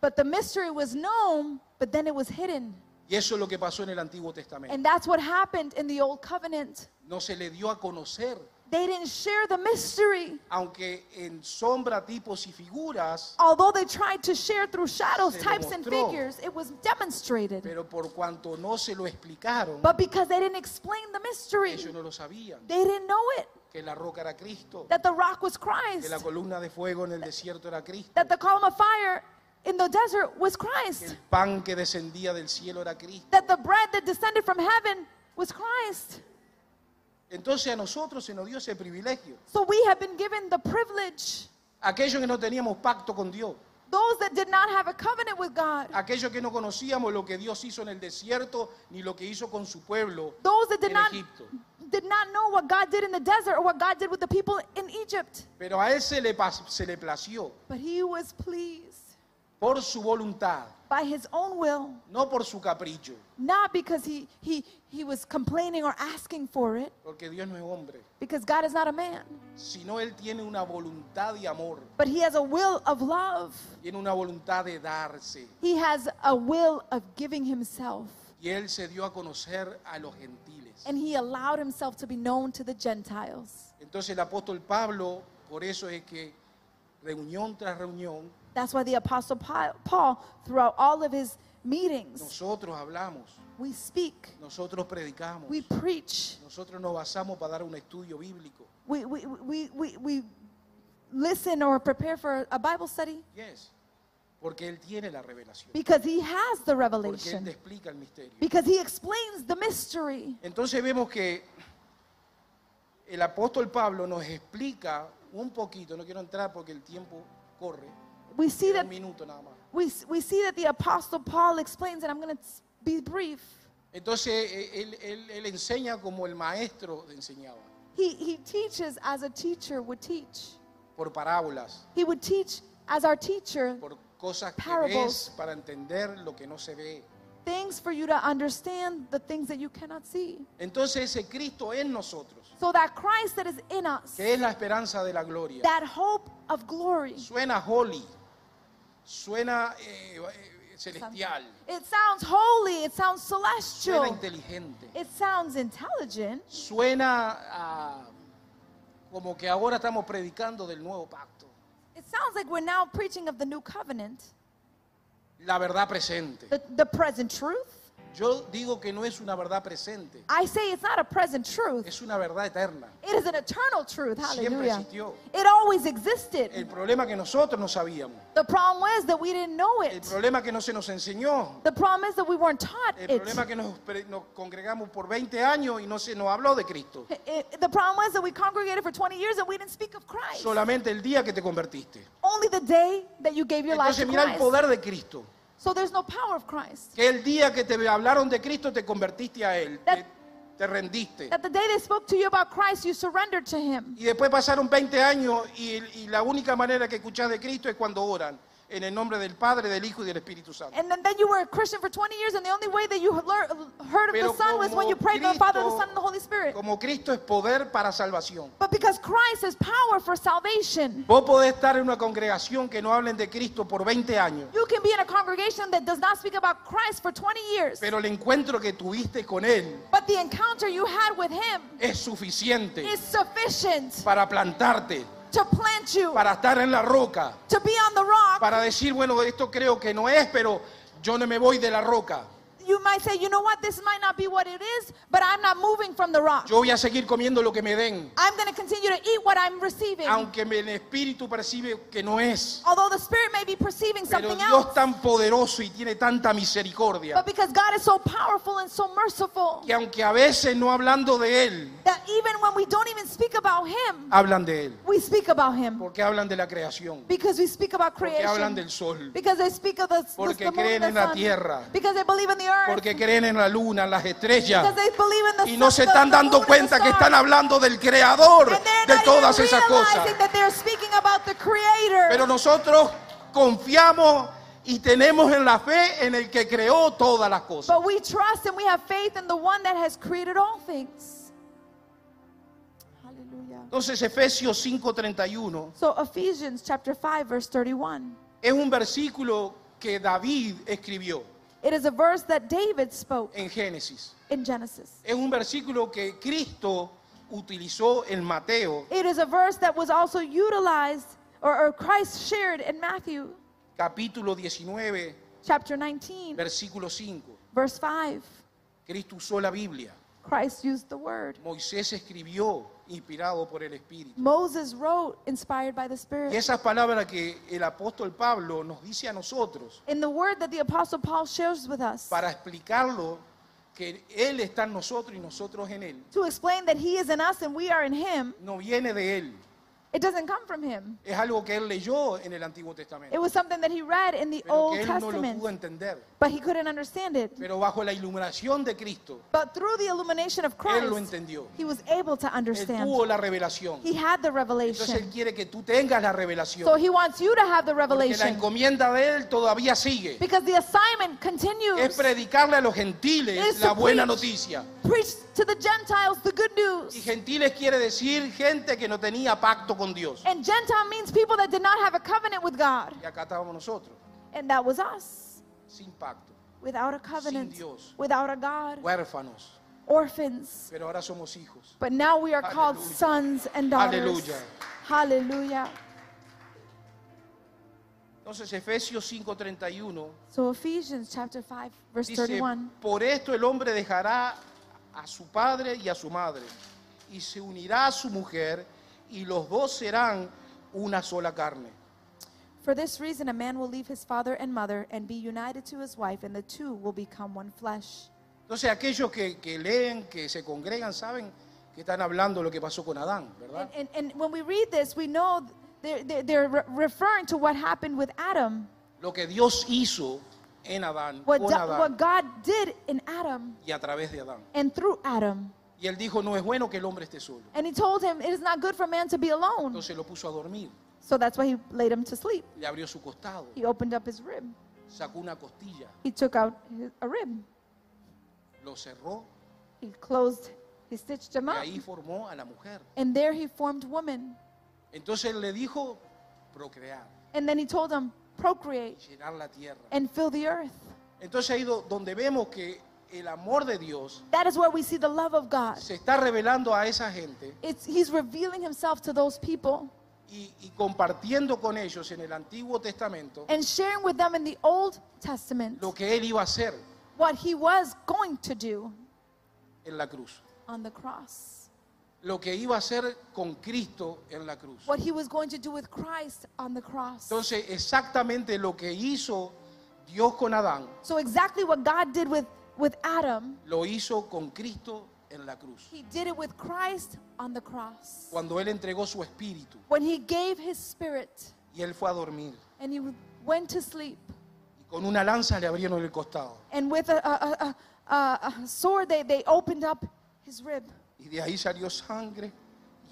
S2: But the mystery was known, but then it was hidden.
S1: Y eso es lo que pasó en el Antiguo Testamento.
S2: And that's what happened in the Old Covenant.
S1: No se le dio a conocer,
S2: They didn't share the mystery.
S1: aunque en sombra, tipos y figuras,
S2: Although they tried to share through shadows,
S1: Se lo
S2: types, and
S1: mostró.
S2: figures, it was demonstrated.
S1: pero por cuanto no se lo explicaron,
S2: But because they didn't explain the mystery,
S1: ellos no lo sabían.
S2: they didn't know it
S1: Que la roca era Cristo,
S2: that the rock was
S1: que
S2: Christ,
S1: la columna de fuego en el desierto era Cristo,
S2: that the column of fire in the desert was
S1: que
S2: Christ,
S1: el pan que descendía del cielo era Cristo.
S2: that the bread that descended from heaven was Christ.
S1: Entonces a nosotros se nos dio ese privilegio.
S2: So we have been given the privilege,
S1: Aquellos que no teníamos pacto con Dios,
S2: those that did not have a covenant with God,
S1: aquellos que no conocíamos lo que Dios hizo en el desierto ni lo que hizo con su pueblo
S2: those that did
S1: en
S2: not
S1: Egipto.
S2: did not know what God did in the desert or what God did with the people in Egypt.
S1: Pero a él se le, pas- se le plació
S2: But he was pleased
S1: por su voluntad,
S2: by his own will,
S1: no por su capricho,
S2: not because he, he, he was complaining or asking for it,
S1: porque Dios no es hombre,
S2: because God is not a man,
S1: sino él tiene una voluntad de amor,
S2: but he has a will of love.
S1: tiene una voluntad de darse.
S2: He has a will of giving himself,
S1: Y él se dio a conocer a los gentiles.
S2: and he allowed himself to be known to the Gentiles.
S1: Entonces el apóstol Pablo, por eso es que reunión tras reunión,
S2: That's why the Apostle Pa- Paul, throughout all of his meetings,
S1: nosotros hablamos,
S2: we speak,
S1: nosotros predicamos,
S2: we preach,
S1: nosotros nos basamos para dar un estudio bíblico.
S2: we, we, we, we, we listen or prepare for a Bible study
S1: Yes, porque él tiene la revelación,
S2: because he has the
S1: porque él
S2: revelation,
S1: te explica el misterio.
S2: because he explains the mystery.
S1: Entonces vemos que el apóstol Pablo nos explica un poquito, no quiero entrar porque el tiempo corre,
S2: We see
S1: queda
S2: that
S1: un minuto nada más.
S2: we, we see that the apostle Paul explains, and I'm going to be brief.
S1: Entonces eh, él, él- él enseña como el maestro enseñaba,
S2: He, he teaches as a teacher would teach.
S1: por parábolas,
S2: He would teach as our teacher
S1: por cosas que
S2: Parables.
S1: ves para entender lo que no se ve.
S2: things for you to understand the things that you cannot see.
S1: Entonces ese Cristo en nosotros,
S2: So that Christ that is in us,
S1: que es la esperanza de la gloria,
S2: that hope of glory.
S1: suena holy, suena eh, eh, celestial,
S2: It sounds holy, it sounds
S1: suena
S2: celestial.
S1: inteligente.
S2: It sounds intelligent.
S1: suena a- como que ahora estamos predicando del nuevo pacto,
S2: It sounds like we're now preaching of the new covenant,
S1: la verdad presente.
S2: the, the present truth.
S1: Yo digo que no es una verdad presente,
S2: I say it's not a present truth.
S1: es una verdad eterna.
S2: It is an eternal truth. Hallelujah.
S1: existió.
S2: It always existed.
S1: El problema que nosotros no sabíamos,
S2: The problem was that we didn't know
S1: el
S2: it.
S1: problema que no se nos enseñó,
S2: The problem is that we weren't taught
S1: el
S2: it.
S1: problema que nos, pre- nos congregamos por 20 años y no se nos habló de Cristo.
S2: It- The problem was that we congregated for 20 years and we didn't speak of Christ.
S1: Solamente el día que te convertiste.
S2: Only the day that you gave your life to
S1: Entonces mira el
S2: Christ.
S1: poder de Cristo.
S2: So there's no power of Christ.
S1: Que el día que te hablaron de Cristo te convertiste a Él, te, te rendiste.
S2: That the day they spoke to you about Christ, you surrendered to Him.
S1: Y después pasaron 20 años y, y la única manera que escuchás de Cristo es cuando oran en el nombre del Padre, del Hijo y del Espíritu Santo.
S2: And then, then you were a Christian for 20 years, and the only way that you had lear- heard of
S1: Pero
S2: the Son was
S1: como
S2: when you prayed to the Father, the
S1: Cristo-
S2: Son, and the Holy Spirit.
S1: Como Cristo es poder para salvación.
S2: But because Christ is power for salvation,
S1: Vos podés estar en una congregación que no hablen de Cristo por 20 años,
S2: you can be in a congregation that does not speak about Christ for 20 years.
S1: pero el encuentro que tuviste con Él
S2: But the encounter you had with Him
S1: es suficiente
S2: is sufficient
S1: para plantarte,
S2: to plant you,
S1: para estar en la roca,
S2: to be on the rock.
S1: para decir, bueno, esto creo que no es, pero yo no me voy de la roca.
S2: You might say, you know what, this might not be what it is, but I'm not moving from the rock.
S1: Yo voy a seguir comiendo lo que me den,
S2: I'm going to continue to eat what I'm receiving.
S1: aunque mi espíritu percibe que no es.
S2: Although the spirit may be perceiving
S1: Pero
S2: something
S1: Dios
S2: else,
S1: tan poderoso y tiene tanta misericordia,
S2: but because God is so powerful and so merciful,
S1: que aunque a veces no hablando de Él,
S2: that even when we don't even speak about Him,
S1: hablan de Él.
S2: we speak about Him.
S1: Porque hablan de la creación,
S2: Because we speak about
S1: porque hablan
S2: creation.
S1: del sol,
S2: Because they speak of the,
S1: Porque
S2: the moon,
S1: creen
S2: the
S1: en la
S2: sun.
S1: tierra.
S2: Because they believe in the earth.
S1: porque creen en la luna, en las estrellas.
S2: because they believe in the
S1: Y
S2: sun,
S1: no se
S2: the-
S1: están
S2: the
S1: dando
S2: moon, and the
S1: cuenta que
S2: stars.
S1: están hablando del creador
S2: And they're
S1: de
S2: not
S1: todas
S2: even
S1: esas cosas.
S2: realizing that they're speaking about the creator.
S1: Pero nosotros confiamos y tenemos en la fe en el que creó todas las cosas.
S2: But we trust and we have faith in the one that has created all things. Hallelujah.
S1: Entonces Efesios 5:31
S2: So Ephesians chapter 5 verse 31.
S1: es un versículo que David escribió
S2: It is a verse that David spoke
S1: en Génesis.
S2: in Genesis.
S1: Es un versículo que Cristo utilizó en Mateo
S2: It is a verse that was also utilized or, or Christ shared in Matthew
S1: capítulo 19,
S2: chapter 19
S1: versículo 5.
S2: verse 5.
S1: Cristo usó la Biblia.
S2: Christ used the word.
S1: Moisés escribió inspirado por el Espíritu.
S2: Moses wrote inspired by the
S1: Y
S2: Spirit.
S1: esas palabras que el apóstol Pablo nos dice a nosotros
S2: In the word that the apostle Paul shares with us
S1: para explicarlo que Él está en nosotros y nosotros en Él.
S2: to explain that he is in us and we are in him.
S1: No viene de Él.
S2: It doesn't come from him.
S1: Es algo que Él leyó en el Antiguo
S2: It
S1: Testamento.
S2: was something that he read in the
S1: Pero
S2: Old
S1: que Él no lo
S2: Testament,
S1: pudo entender.
S2: but he couldn't understand it.
S1: Pero bajo la iluminación de Cristo,
S2: But through the illumination of
S1: Él lo
S2: Christ,
S1: entendió.
S2: he was able to
S1: Él
S2: understand.
S1: tuvo la revelación.
S2: He had the
S1: Entonces Él
S2: revelation.
S1: quiere que tú tengas la
S2: So
S1: revelación.
S2: he wants you to have the
S1: Porque la
S2: revelation
S1: encomienda de Él todavía sigue.
S2: because the
S1: Es
S2: assignment continues.
S1: predicarle a los gentiles
S2: Es
S1: la
S2: to
S1: buena
S2: preach.
S1: noticia.
S2: Preach to the Gentiles the good
S1: Y
S2: news.
S1: gentiles quiere decir gente que no tenía pacto con Dios.
S2: And Gentile means people that did not have a covenant with God.
S1: Y acá estábamos nosotros,
S2: And that was us.
S1: sin pacto,
S2: Without a covenant,
S1: Dios.
S2: without a God,
S1: huérfanos,
S2: orphans.
S1: pero ahora somos hijos.
S2: But now we are called
S1: Hallelujah.
S2: sons and daughters.
S1: Hallelujah.
S2: Hallelujah.
S1: Entonces Efesios 5:31
S2: So Ephesians chapter 5 verse
S1: dice,
S2: 31.
S1: por esto el hombre dejará a su padre y a su madre y se unirá a su mujer y los dos serán una sola carne.
S2: For this reason a man will leave his father and mother and be united to his wife and the two will become one flesh.
S1: Entonces aquellos que, que leen, que se congregan, saben que están hablando lo que pasó con Adán,
S2: And,
S1: ¿verdad?
S2: and, and when we read this, we know they're, they're, they're re- referring to what happened with Adam,
S1: Lo que Dios hizo en Adán,
S2: what,
S1: con
S2: do-
S1: Adán.
S2: what God did in Adam
S1: y a través de Adán.
S2: and through Adam.
S1: Y él dijo, no es bueno que el hombre esté solo.
S2: And he told him, It is not good for man to be alone.
S1: Entonces lo puso a dormir,
S2: So that's why he laid him to sleep.
S1: le abrió su costado,
S2: He opened up his rib,
S1: sacó una costilla,
S2: he took out his, a rib,
S1: lo cerró
S2: he closed, he stitched him
S1: y
S2: up.
S1: ahí formó a la mujer.
S2: And there he formed woman.
S1: Entonces él le dijo, procrear,
S2: And then he told them, procreate
S1: llenar la tierra.
S2: and fill the earth.
S1: Entonces ahí do- donde vemos que el amor de Dios
S2: That is where we see the love of God.
S1: se está revelando a esa gente
S2: It's, he's revealing himself to those people
S1: y, y compartiendo con ellos en el Antiguo Testamento
S2: and sharing with them in the Old Testament
S1: lo que él iba a hacer.
S2: what he was going to do
S1: en la cruz.
S2: on the cross,
S1: Lo que iba a hacer con Cristo en la cruz.
S2: what he was going to do with Christ on the cross.
S1: Entonces, exactamente lo que hizo Dios con Adán,
S2: So, exactly what God did with, with Adam,
S1: lo hizo con Cristo en la cruz.
S2: he did it with Christ on the cross.
S1: Cuando Él entregó su espíritu
S2: When he gave his spirit
S1: y Él fue a dormir.
S2: and he went to sleep,
S1: Y con una lanza le abrieron el costado.
S2: and with a, a, a, a, a sword, they, they opened up his rib,
S1: Y de ahí salió sangre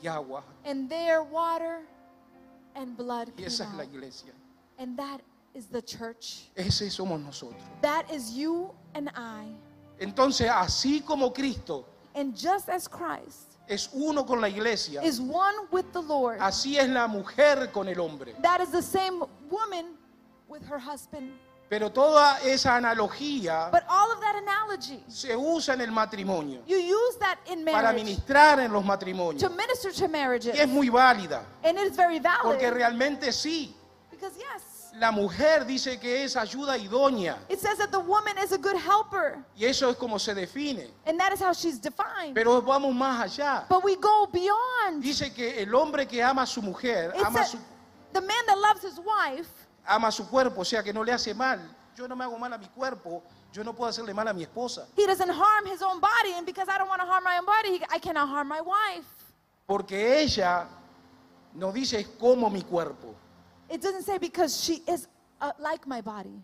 S1: y agua.
S2: and there water and blood
S1: Y
S2: came
S1: esa es la
S2: out.
S1: iglesia.
S2: And that is the church.
S1: Ese somos nosotros.
S2: That is you and I.
S1: Entonces, así como Cristo
S2: And just as Christ
S1: es uno con la iglesia,
S2: is one with the Lord,
S1: así es la mujer con el hombre.
S2: that is the same woman with her husband.
S1: Pero toda esa analogía
S2: But all of that analogy,
S1: se usa en el matrimonio
S2: you use that in
S1: para
S2: marriage
S1: ministrar en los
S2: to
S1: matrimonios.
S2: minister to marriages.
S1: Y es muy válida,
S2: And it is very
S1: porque
S2: valid.
S1: realmente sí,
S2: Because, yes,
S1: la mujer dice que es ayuda idónea.
S2: it says that the woman is a good helper.
S1: Y eso es como se define.
S2: And that is how she's defined.
S1: Pero vamos más allá.
S2: But we go beyond.
S1: Dice que el hombre que ama a su mujer,
S2: It
S1: ama
S2: says
S1: su,
S2: the man that loves his wife,
S1: ama su cuerpo, o sea que no le hace mal. Yo no me hago mal a mi cuerpo, yo no puedo hacerle mal a mi esposa.
S2: he doesn't harm his own body. And because I don't want to harm my own body, he- I cannot harm my wife.
S1: Porque ella nos dice es como mi cuerpo.
S2: It doesn't say because she is uh, like my body.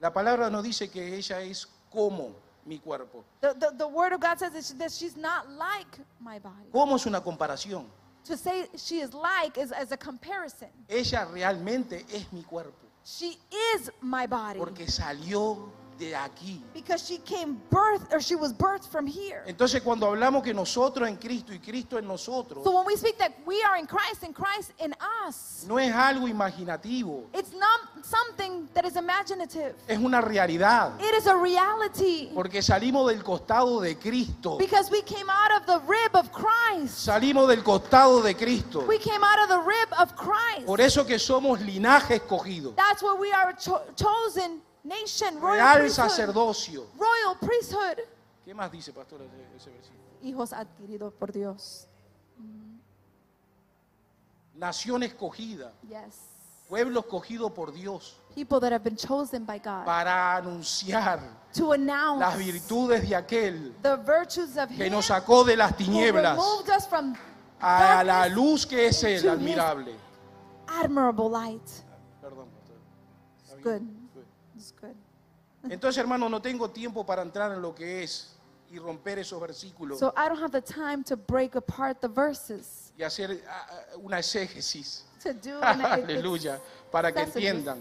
S1: La palabra nos dice que ella es como mi cuerpo.
S2: The, the, the word of God says that, she, that she's not like my body.
S1: Como es una comparación.
S2: To say she is like is as a comparison.
S1: Ella realmente es mi cuerpo.
S2: She is my body
S1: Porque salió de aquí.
S2: because she came birth or she was birthed from here.
S1: Entonces cuando hablamos que nosotros en Cristo y Cristo en nosotros,
S2: So when we speak that we are in Christ and Christ in us,
S1: no es algo imaginativo,
S2: it's not something that is imaginative.
S1: es una realidad.
S2: It is a reality
S1: Porque salimos del costado de Cristo.
S2: because we came out of the rib of Christ.
S1: Salimos del costado de Cristo.
S2: We came out of the rib of Christ.
S1: Por eso que somos linaje escogido,
S2: That's where we are a cho- chosen nation, royal
S1: real
S2: priesthood.
S1: sacerdocio.
S2: Royal priesthood.
S1: ¿Qué más dice, pastor, ese- ese versículo?
S2: Hijos adquiridos por Dios.
S1: Nación escogida,
S2: Yes.
S1: pueblo escogido por Dios
S2: People that have been chosen by God
S1: para anunciar
S2: to announce
S1: las virtudes de aquel
S2: the virtues of
S1: que
S2: Him
S1: nos sacó de las
S2: who
S1: tinieblas
S2: removed us from
S1: a la
S2: darkness
S1: luz que es el
S2: into his
S1: admirable.
S2: admirable light.
S1: Perdón, pastor.
S2: It's good. It's good.
S1: Entonces, hermano, no tengo tiempo para entrar en lo que es y romper esos versículos
S2: So I don't have the time to break apart the verses
S1: y hacer ah, ah, una exégesis.
S2: to
S1: (laughs)
S2: do an
S1: Aleluya, para que
S2: exégesis.
S1: entiendan.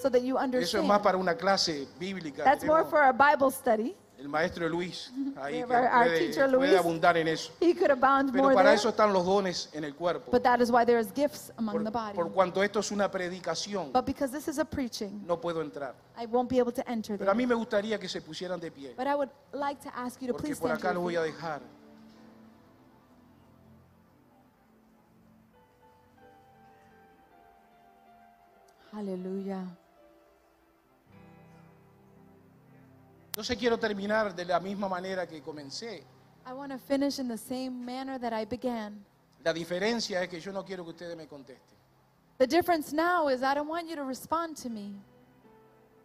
S2: so that you
S1: Eso es más
S2: understand.
S1: para una clase bíblica.
S2: That's more
S1: Tenemos
S2: for our Bible study.
S1: El maestro Luis, ahí que
S2: Our- our teacher
S1: puede,
S2: Luis.
S1: puede abundar en eso.
S2: He could abound
S1: Pero
S2: more
S1: para
S2: there,
S1: eso están los dones en el cuerpo.
S2: but that is why there is gifts among the
S1: Por,
S2: body.
S1: por cuanto esto es una predicación,
S2: But because this is a preaching,
S1: no puedo entrar.
S2: I won't be able to enter
S1: Pero a
S2: there.
S1: mí me gustaría que se pusieran de pie,
S2: But I would like to ask you to
S1: porque
S2: please
S1: por
S2: stand.
S1: acá
S2: to
S1: lo
S2: your
S1: voy a
S2: feet.
S1: dejar.
S2: Hallelujah.
S1: Entonces quiero terminar de la misma manera que comencé.
S2: I want to finish in the same manner that I began.
S1: La diferencia es que yo no quiero que ustedes me contesten.
S2: The difference now is I don't want you to respond to me.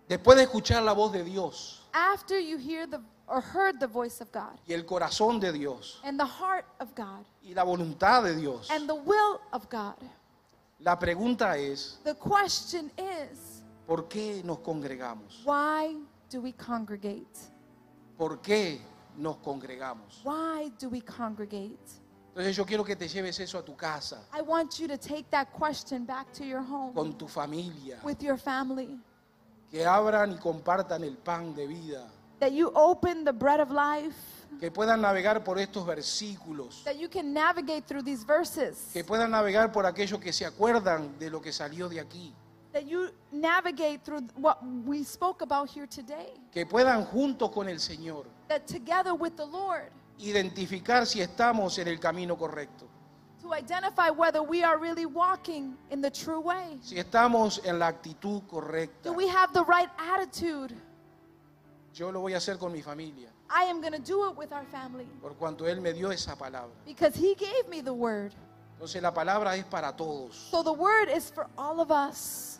S1: Después de escuchar la voz de Dios
S2: After you hear the or heard the voice of God
S1: y el corazón de Dios
S2: and the heart of God
S1: y la voluntad de Dios,
S2: and the will of God,
S1: la pregunta es,
S2: the question is,
S1: ¿por qué nos congregamos?
S2: why do we congregate?
S1: ¿Por qué nos congregamos?
S2: Why do we congregate?
S1: Entonces yo quiero que te lleves eso a tu casa,
S2: I want you to take that question back to your home
S1: con tu familia,
S2: with your family.
S1: que abran y compartan el pan de vida,
S2: that you open the bread of life,
S1: que puedan navegar por estos versículos,
S2: that you can navigate through these verses,
S1: que puedan navegar por aquellos que se acuerdan de lo que salió de aquí,
S2: that you navigate through what we spoke about here today,
S1: que puedan junto con el Señor
S2: that together with the Lord,
S1: identificar si estamos en el camino correcto,
S2: to identify whether we are really walking in the true way.
S1: si estamos en la actitud correcta,
S2: Do we have the right attitude?
S1: yo lo voy a hacer con mi familia,
S2: I am going to do it with our family
S1: por cuanto Él me dio esa palabra.
S2: because He gave me the word.
S1: Entonces la palabra es para todos.
S2: So the word is for all of us.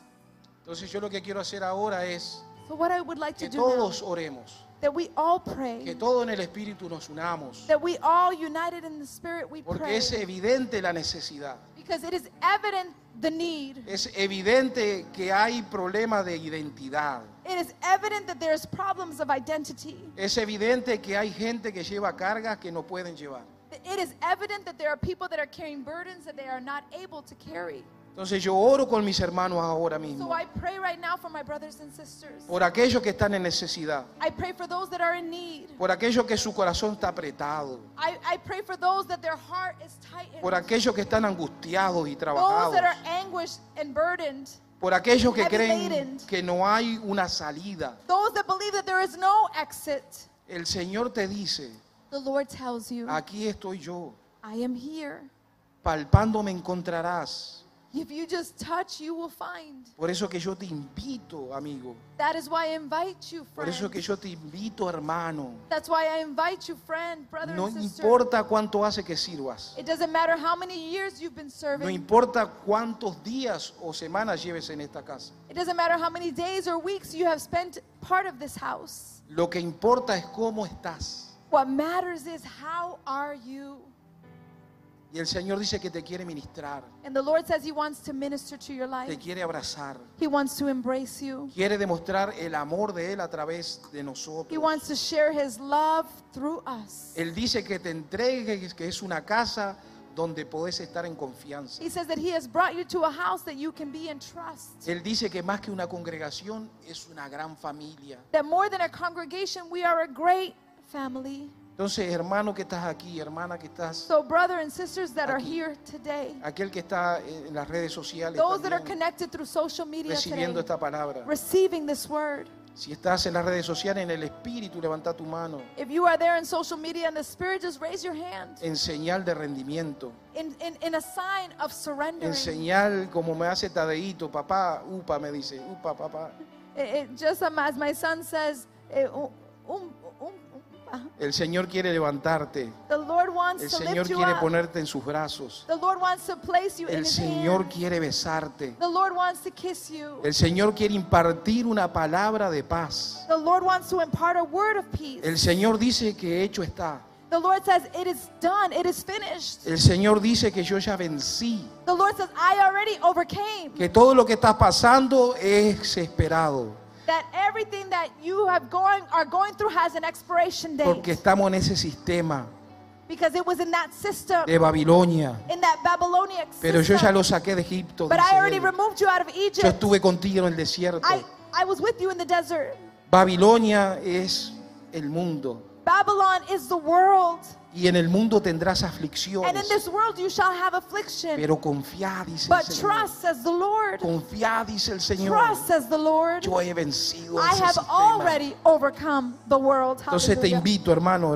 S1: Entonces yo lo que quiero hacer ahora es
S2: So what I would like to
S1: que
S2: do now,
S1: todos oremos,
S2: that we all
S1: que
S2: pray,
S1: todos en el Espíritu nos unamos,
S2: that we all united in the spirit we
S1: porque
S2: pray
S1: es evidente la necesidad.
S2: because it is evident the need.
S1: Es evidente que hay problema de identidad.
S2: It is evident that there's problems of identity.
S1: Es evidente que hay gente que lleva cargas que no pueden llevar.
S2: It is evident that there are people that are carrying burdens that they are not able to carry.
S1: Entonces yo oro con mis hermanos ahora
S2: So
S1: mismo,
S2: I pray right now for my brothers and sisters.
S1: por aquellos que están en necesidad,
S2: I pray for those that are in need.
S1: por aquellos que su corazón está apretado,
S2: I, I pray for those that their heart is tightened.
S1: por aquellos que están angustiados y
S2: those
S1: trabajados,
S2: that are anguished and burdened.
S1: por aquellos que
S2: heavy
S1: creen
S2: laden.
S1: que no hay una salida.
S2: Those that believe that there is no exit.
S1: El Señor te dice,
S2: The Lord tells you,
S1: aquí estoy yo,
S2: I am here.
S1: palpando me encontrarás.
S2: If you just touch, you will find.
S1: Por eso que yo te invito, amigo.
S2: That is why I invite you,
S1: Por
S2: friend.
S1: eso que yo te invito, hermano.
S2: That's why I invite you, friend, brother
S1: No
S2: and sister.
S1: importa cuánto hace que sirvas.
S2: It doesn't matter how many years you've been
S1: No
S2: serving.
S1: importa cuántos días o semanas lleves en esta casa.
S2: It doesn't matter how many days or weeks you have spent part of this house.
S1: Lo que importa es cómo estás.
S2: What matters is how are you?
S1: Y el Señor dice que te quiere ministrar,
S2: And the Lord says He wants to minister to your
S1: te
S2: life.
S1: quiere abrazar,
S2: He wants to embrace you.
S1: quiere demostrar el amor de Él a través de
S2: He
S1: nosotros.
S2: wants to share His love through us.
S1: Él dice que te entregues, que es una casa donde podés estar en confianza.
S2: He says that He has brought you to a house that you can be in trust.
S1: Él dice que más que una congregación es una gran familia.
S2: That more than a congregation, we are a great family.
S1: Entonces, hermano que estás aquí, hermana que estás,
S2: So, brother and sisters that are
S1: Aquí.
S2: here today,
S1: aquel que está en las redes sociales,
S2: those that are
S1: también
S2: connected through social media today,
S1: recibiendo esta palabra.
S2: receiving this word.
S1: Si estás en las redes sociales, en el espíritu, levanta tu mano
S2: If you are there in social media and the Spirit, just raise your hand
S1: en señal de rendimiento,
S2: in, in, in a sign of surrendering.
S1: en señal como me hace Tadeito, papá, upa, me dice, upa, papá.
S2: Eh, eh, just um, as my son says, eh, un- un- un- un-
S1: El Señor quiere levantarte,
S2: uh, the Lord wants
S1: el
S2: to lift
S1: Señor
S2: you
S1: quiere
S2: up.
S1: ponerte en sus brazos,
S2: The Lord wants to place you in
S1: el
S2: His
S1: Señor
S2: hand.
S1: quiere besarte,
S2: The Lord wants to kiss you.
S1: el Señor quiere impartir una palabra de paz.
S2: The Lord wants to impart a word of peace.
S1: El Señor dice que hecho está.
S2: The Lord says, It is done, it is finished.
S1: El Señor dice que yo ya vencí,
S2: The Lord says, I already overcame.
S1: que todo lo que estás pasando es esperado,
S2: That everything that you have going are going through has an expiration date.
S1: porque estamos en ese sistema
S2: Because it was in that system,
S1: de Babilonia.
S2: in that Babylonian
S1: Eh, Pero yo
S2: system.
S1: ya lo saqué de Egipto.
S2: But I
S1: dice
S2: already
S1: él.
S2: removed you out of
S1: Yo
S2: Egypt.
S1: estuve contigo en el desierto.
S2: I, I was with you in the desert.
S1: Babilonia es el mundo.
S2: Babylon is the world.
S1: Y en el mundo tendrás
S2: And in
S1: aflicciones.
S2: this world you shall have affliction.
S1: Pero confía, dice el
S2: But
S1: Señor.
S2: trust, says the Lord.
S1: Confía, dice el Señor.
S2: Trust, says the Lord.
S1: Yo he vencido a
S2: I
S1: ese
S2: have
S1: sistema.
S2: already overcome the world.
S1: Entonces te
S2: Hallelujah.
S1: invito, hermano,
S2: So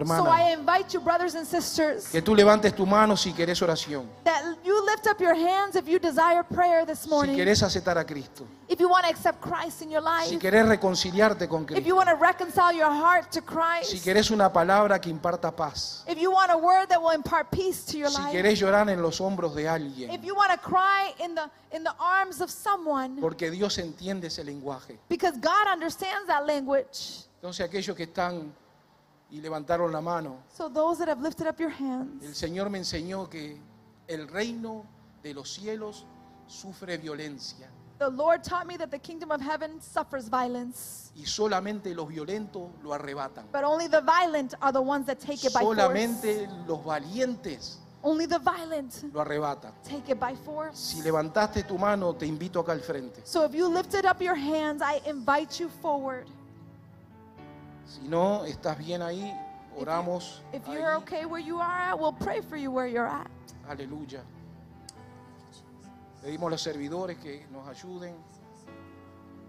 S1: hermana,
S2: I invite you, brothers and sisters,
S1: que tú levantes tu mano si querés oración.
S2: that you lift up your hands if you desire prayer this
S1: Si
S2: morning.
S1: querés aceptar a Cristo.
S2: If you want to accept Christ in your
S1: Si
S2: life.
S1: querés reconciliarte con
S2: If
S1: Cristo.
S2: you want to reconcile your heart to
S1: Si
S2: Christ.
S1: querés una palabra que imparta paz.
S2: If you want a word that will impart peace to your
S1: Si
S2: life.
S1: querés llorar en los hombros de alguien.
S2: If you want to cry in the in the arms of someone
S1: Porque Dios entiende ese lenguaje.
S2: because God understands that language.
S1: Entonces aquellos que están y levantaron la mano,
S2: So those that have lifted up your
S1: el
S2: hands,
S1: Señor me enseñó que el reino de los cielos sufre violencia
S2: the Lord taught me that the kingdom of heaven suffers violence,
S1: y solamente los violentos lo arrebatan.
S2: but only the violent are the ones that take it by force.
S1: Solamente los valientes
S2: Only the violent
S1: lo arrebatan.
S2: take it by
S1: Si
S2: force.
S1: levantaste tu mano, te invito acá al frente.
S2: So if you lifted up your hands, I invite you forward.
S1: Si no, estás bien ahí, oramos.
S2: If
S1: ahí.
S2: you're okay where you are at, we'll pray for you where you're at.
S1: Aleluya. Pedimos a los servidores que nos ayuden.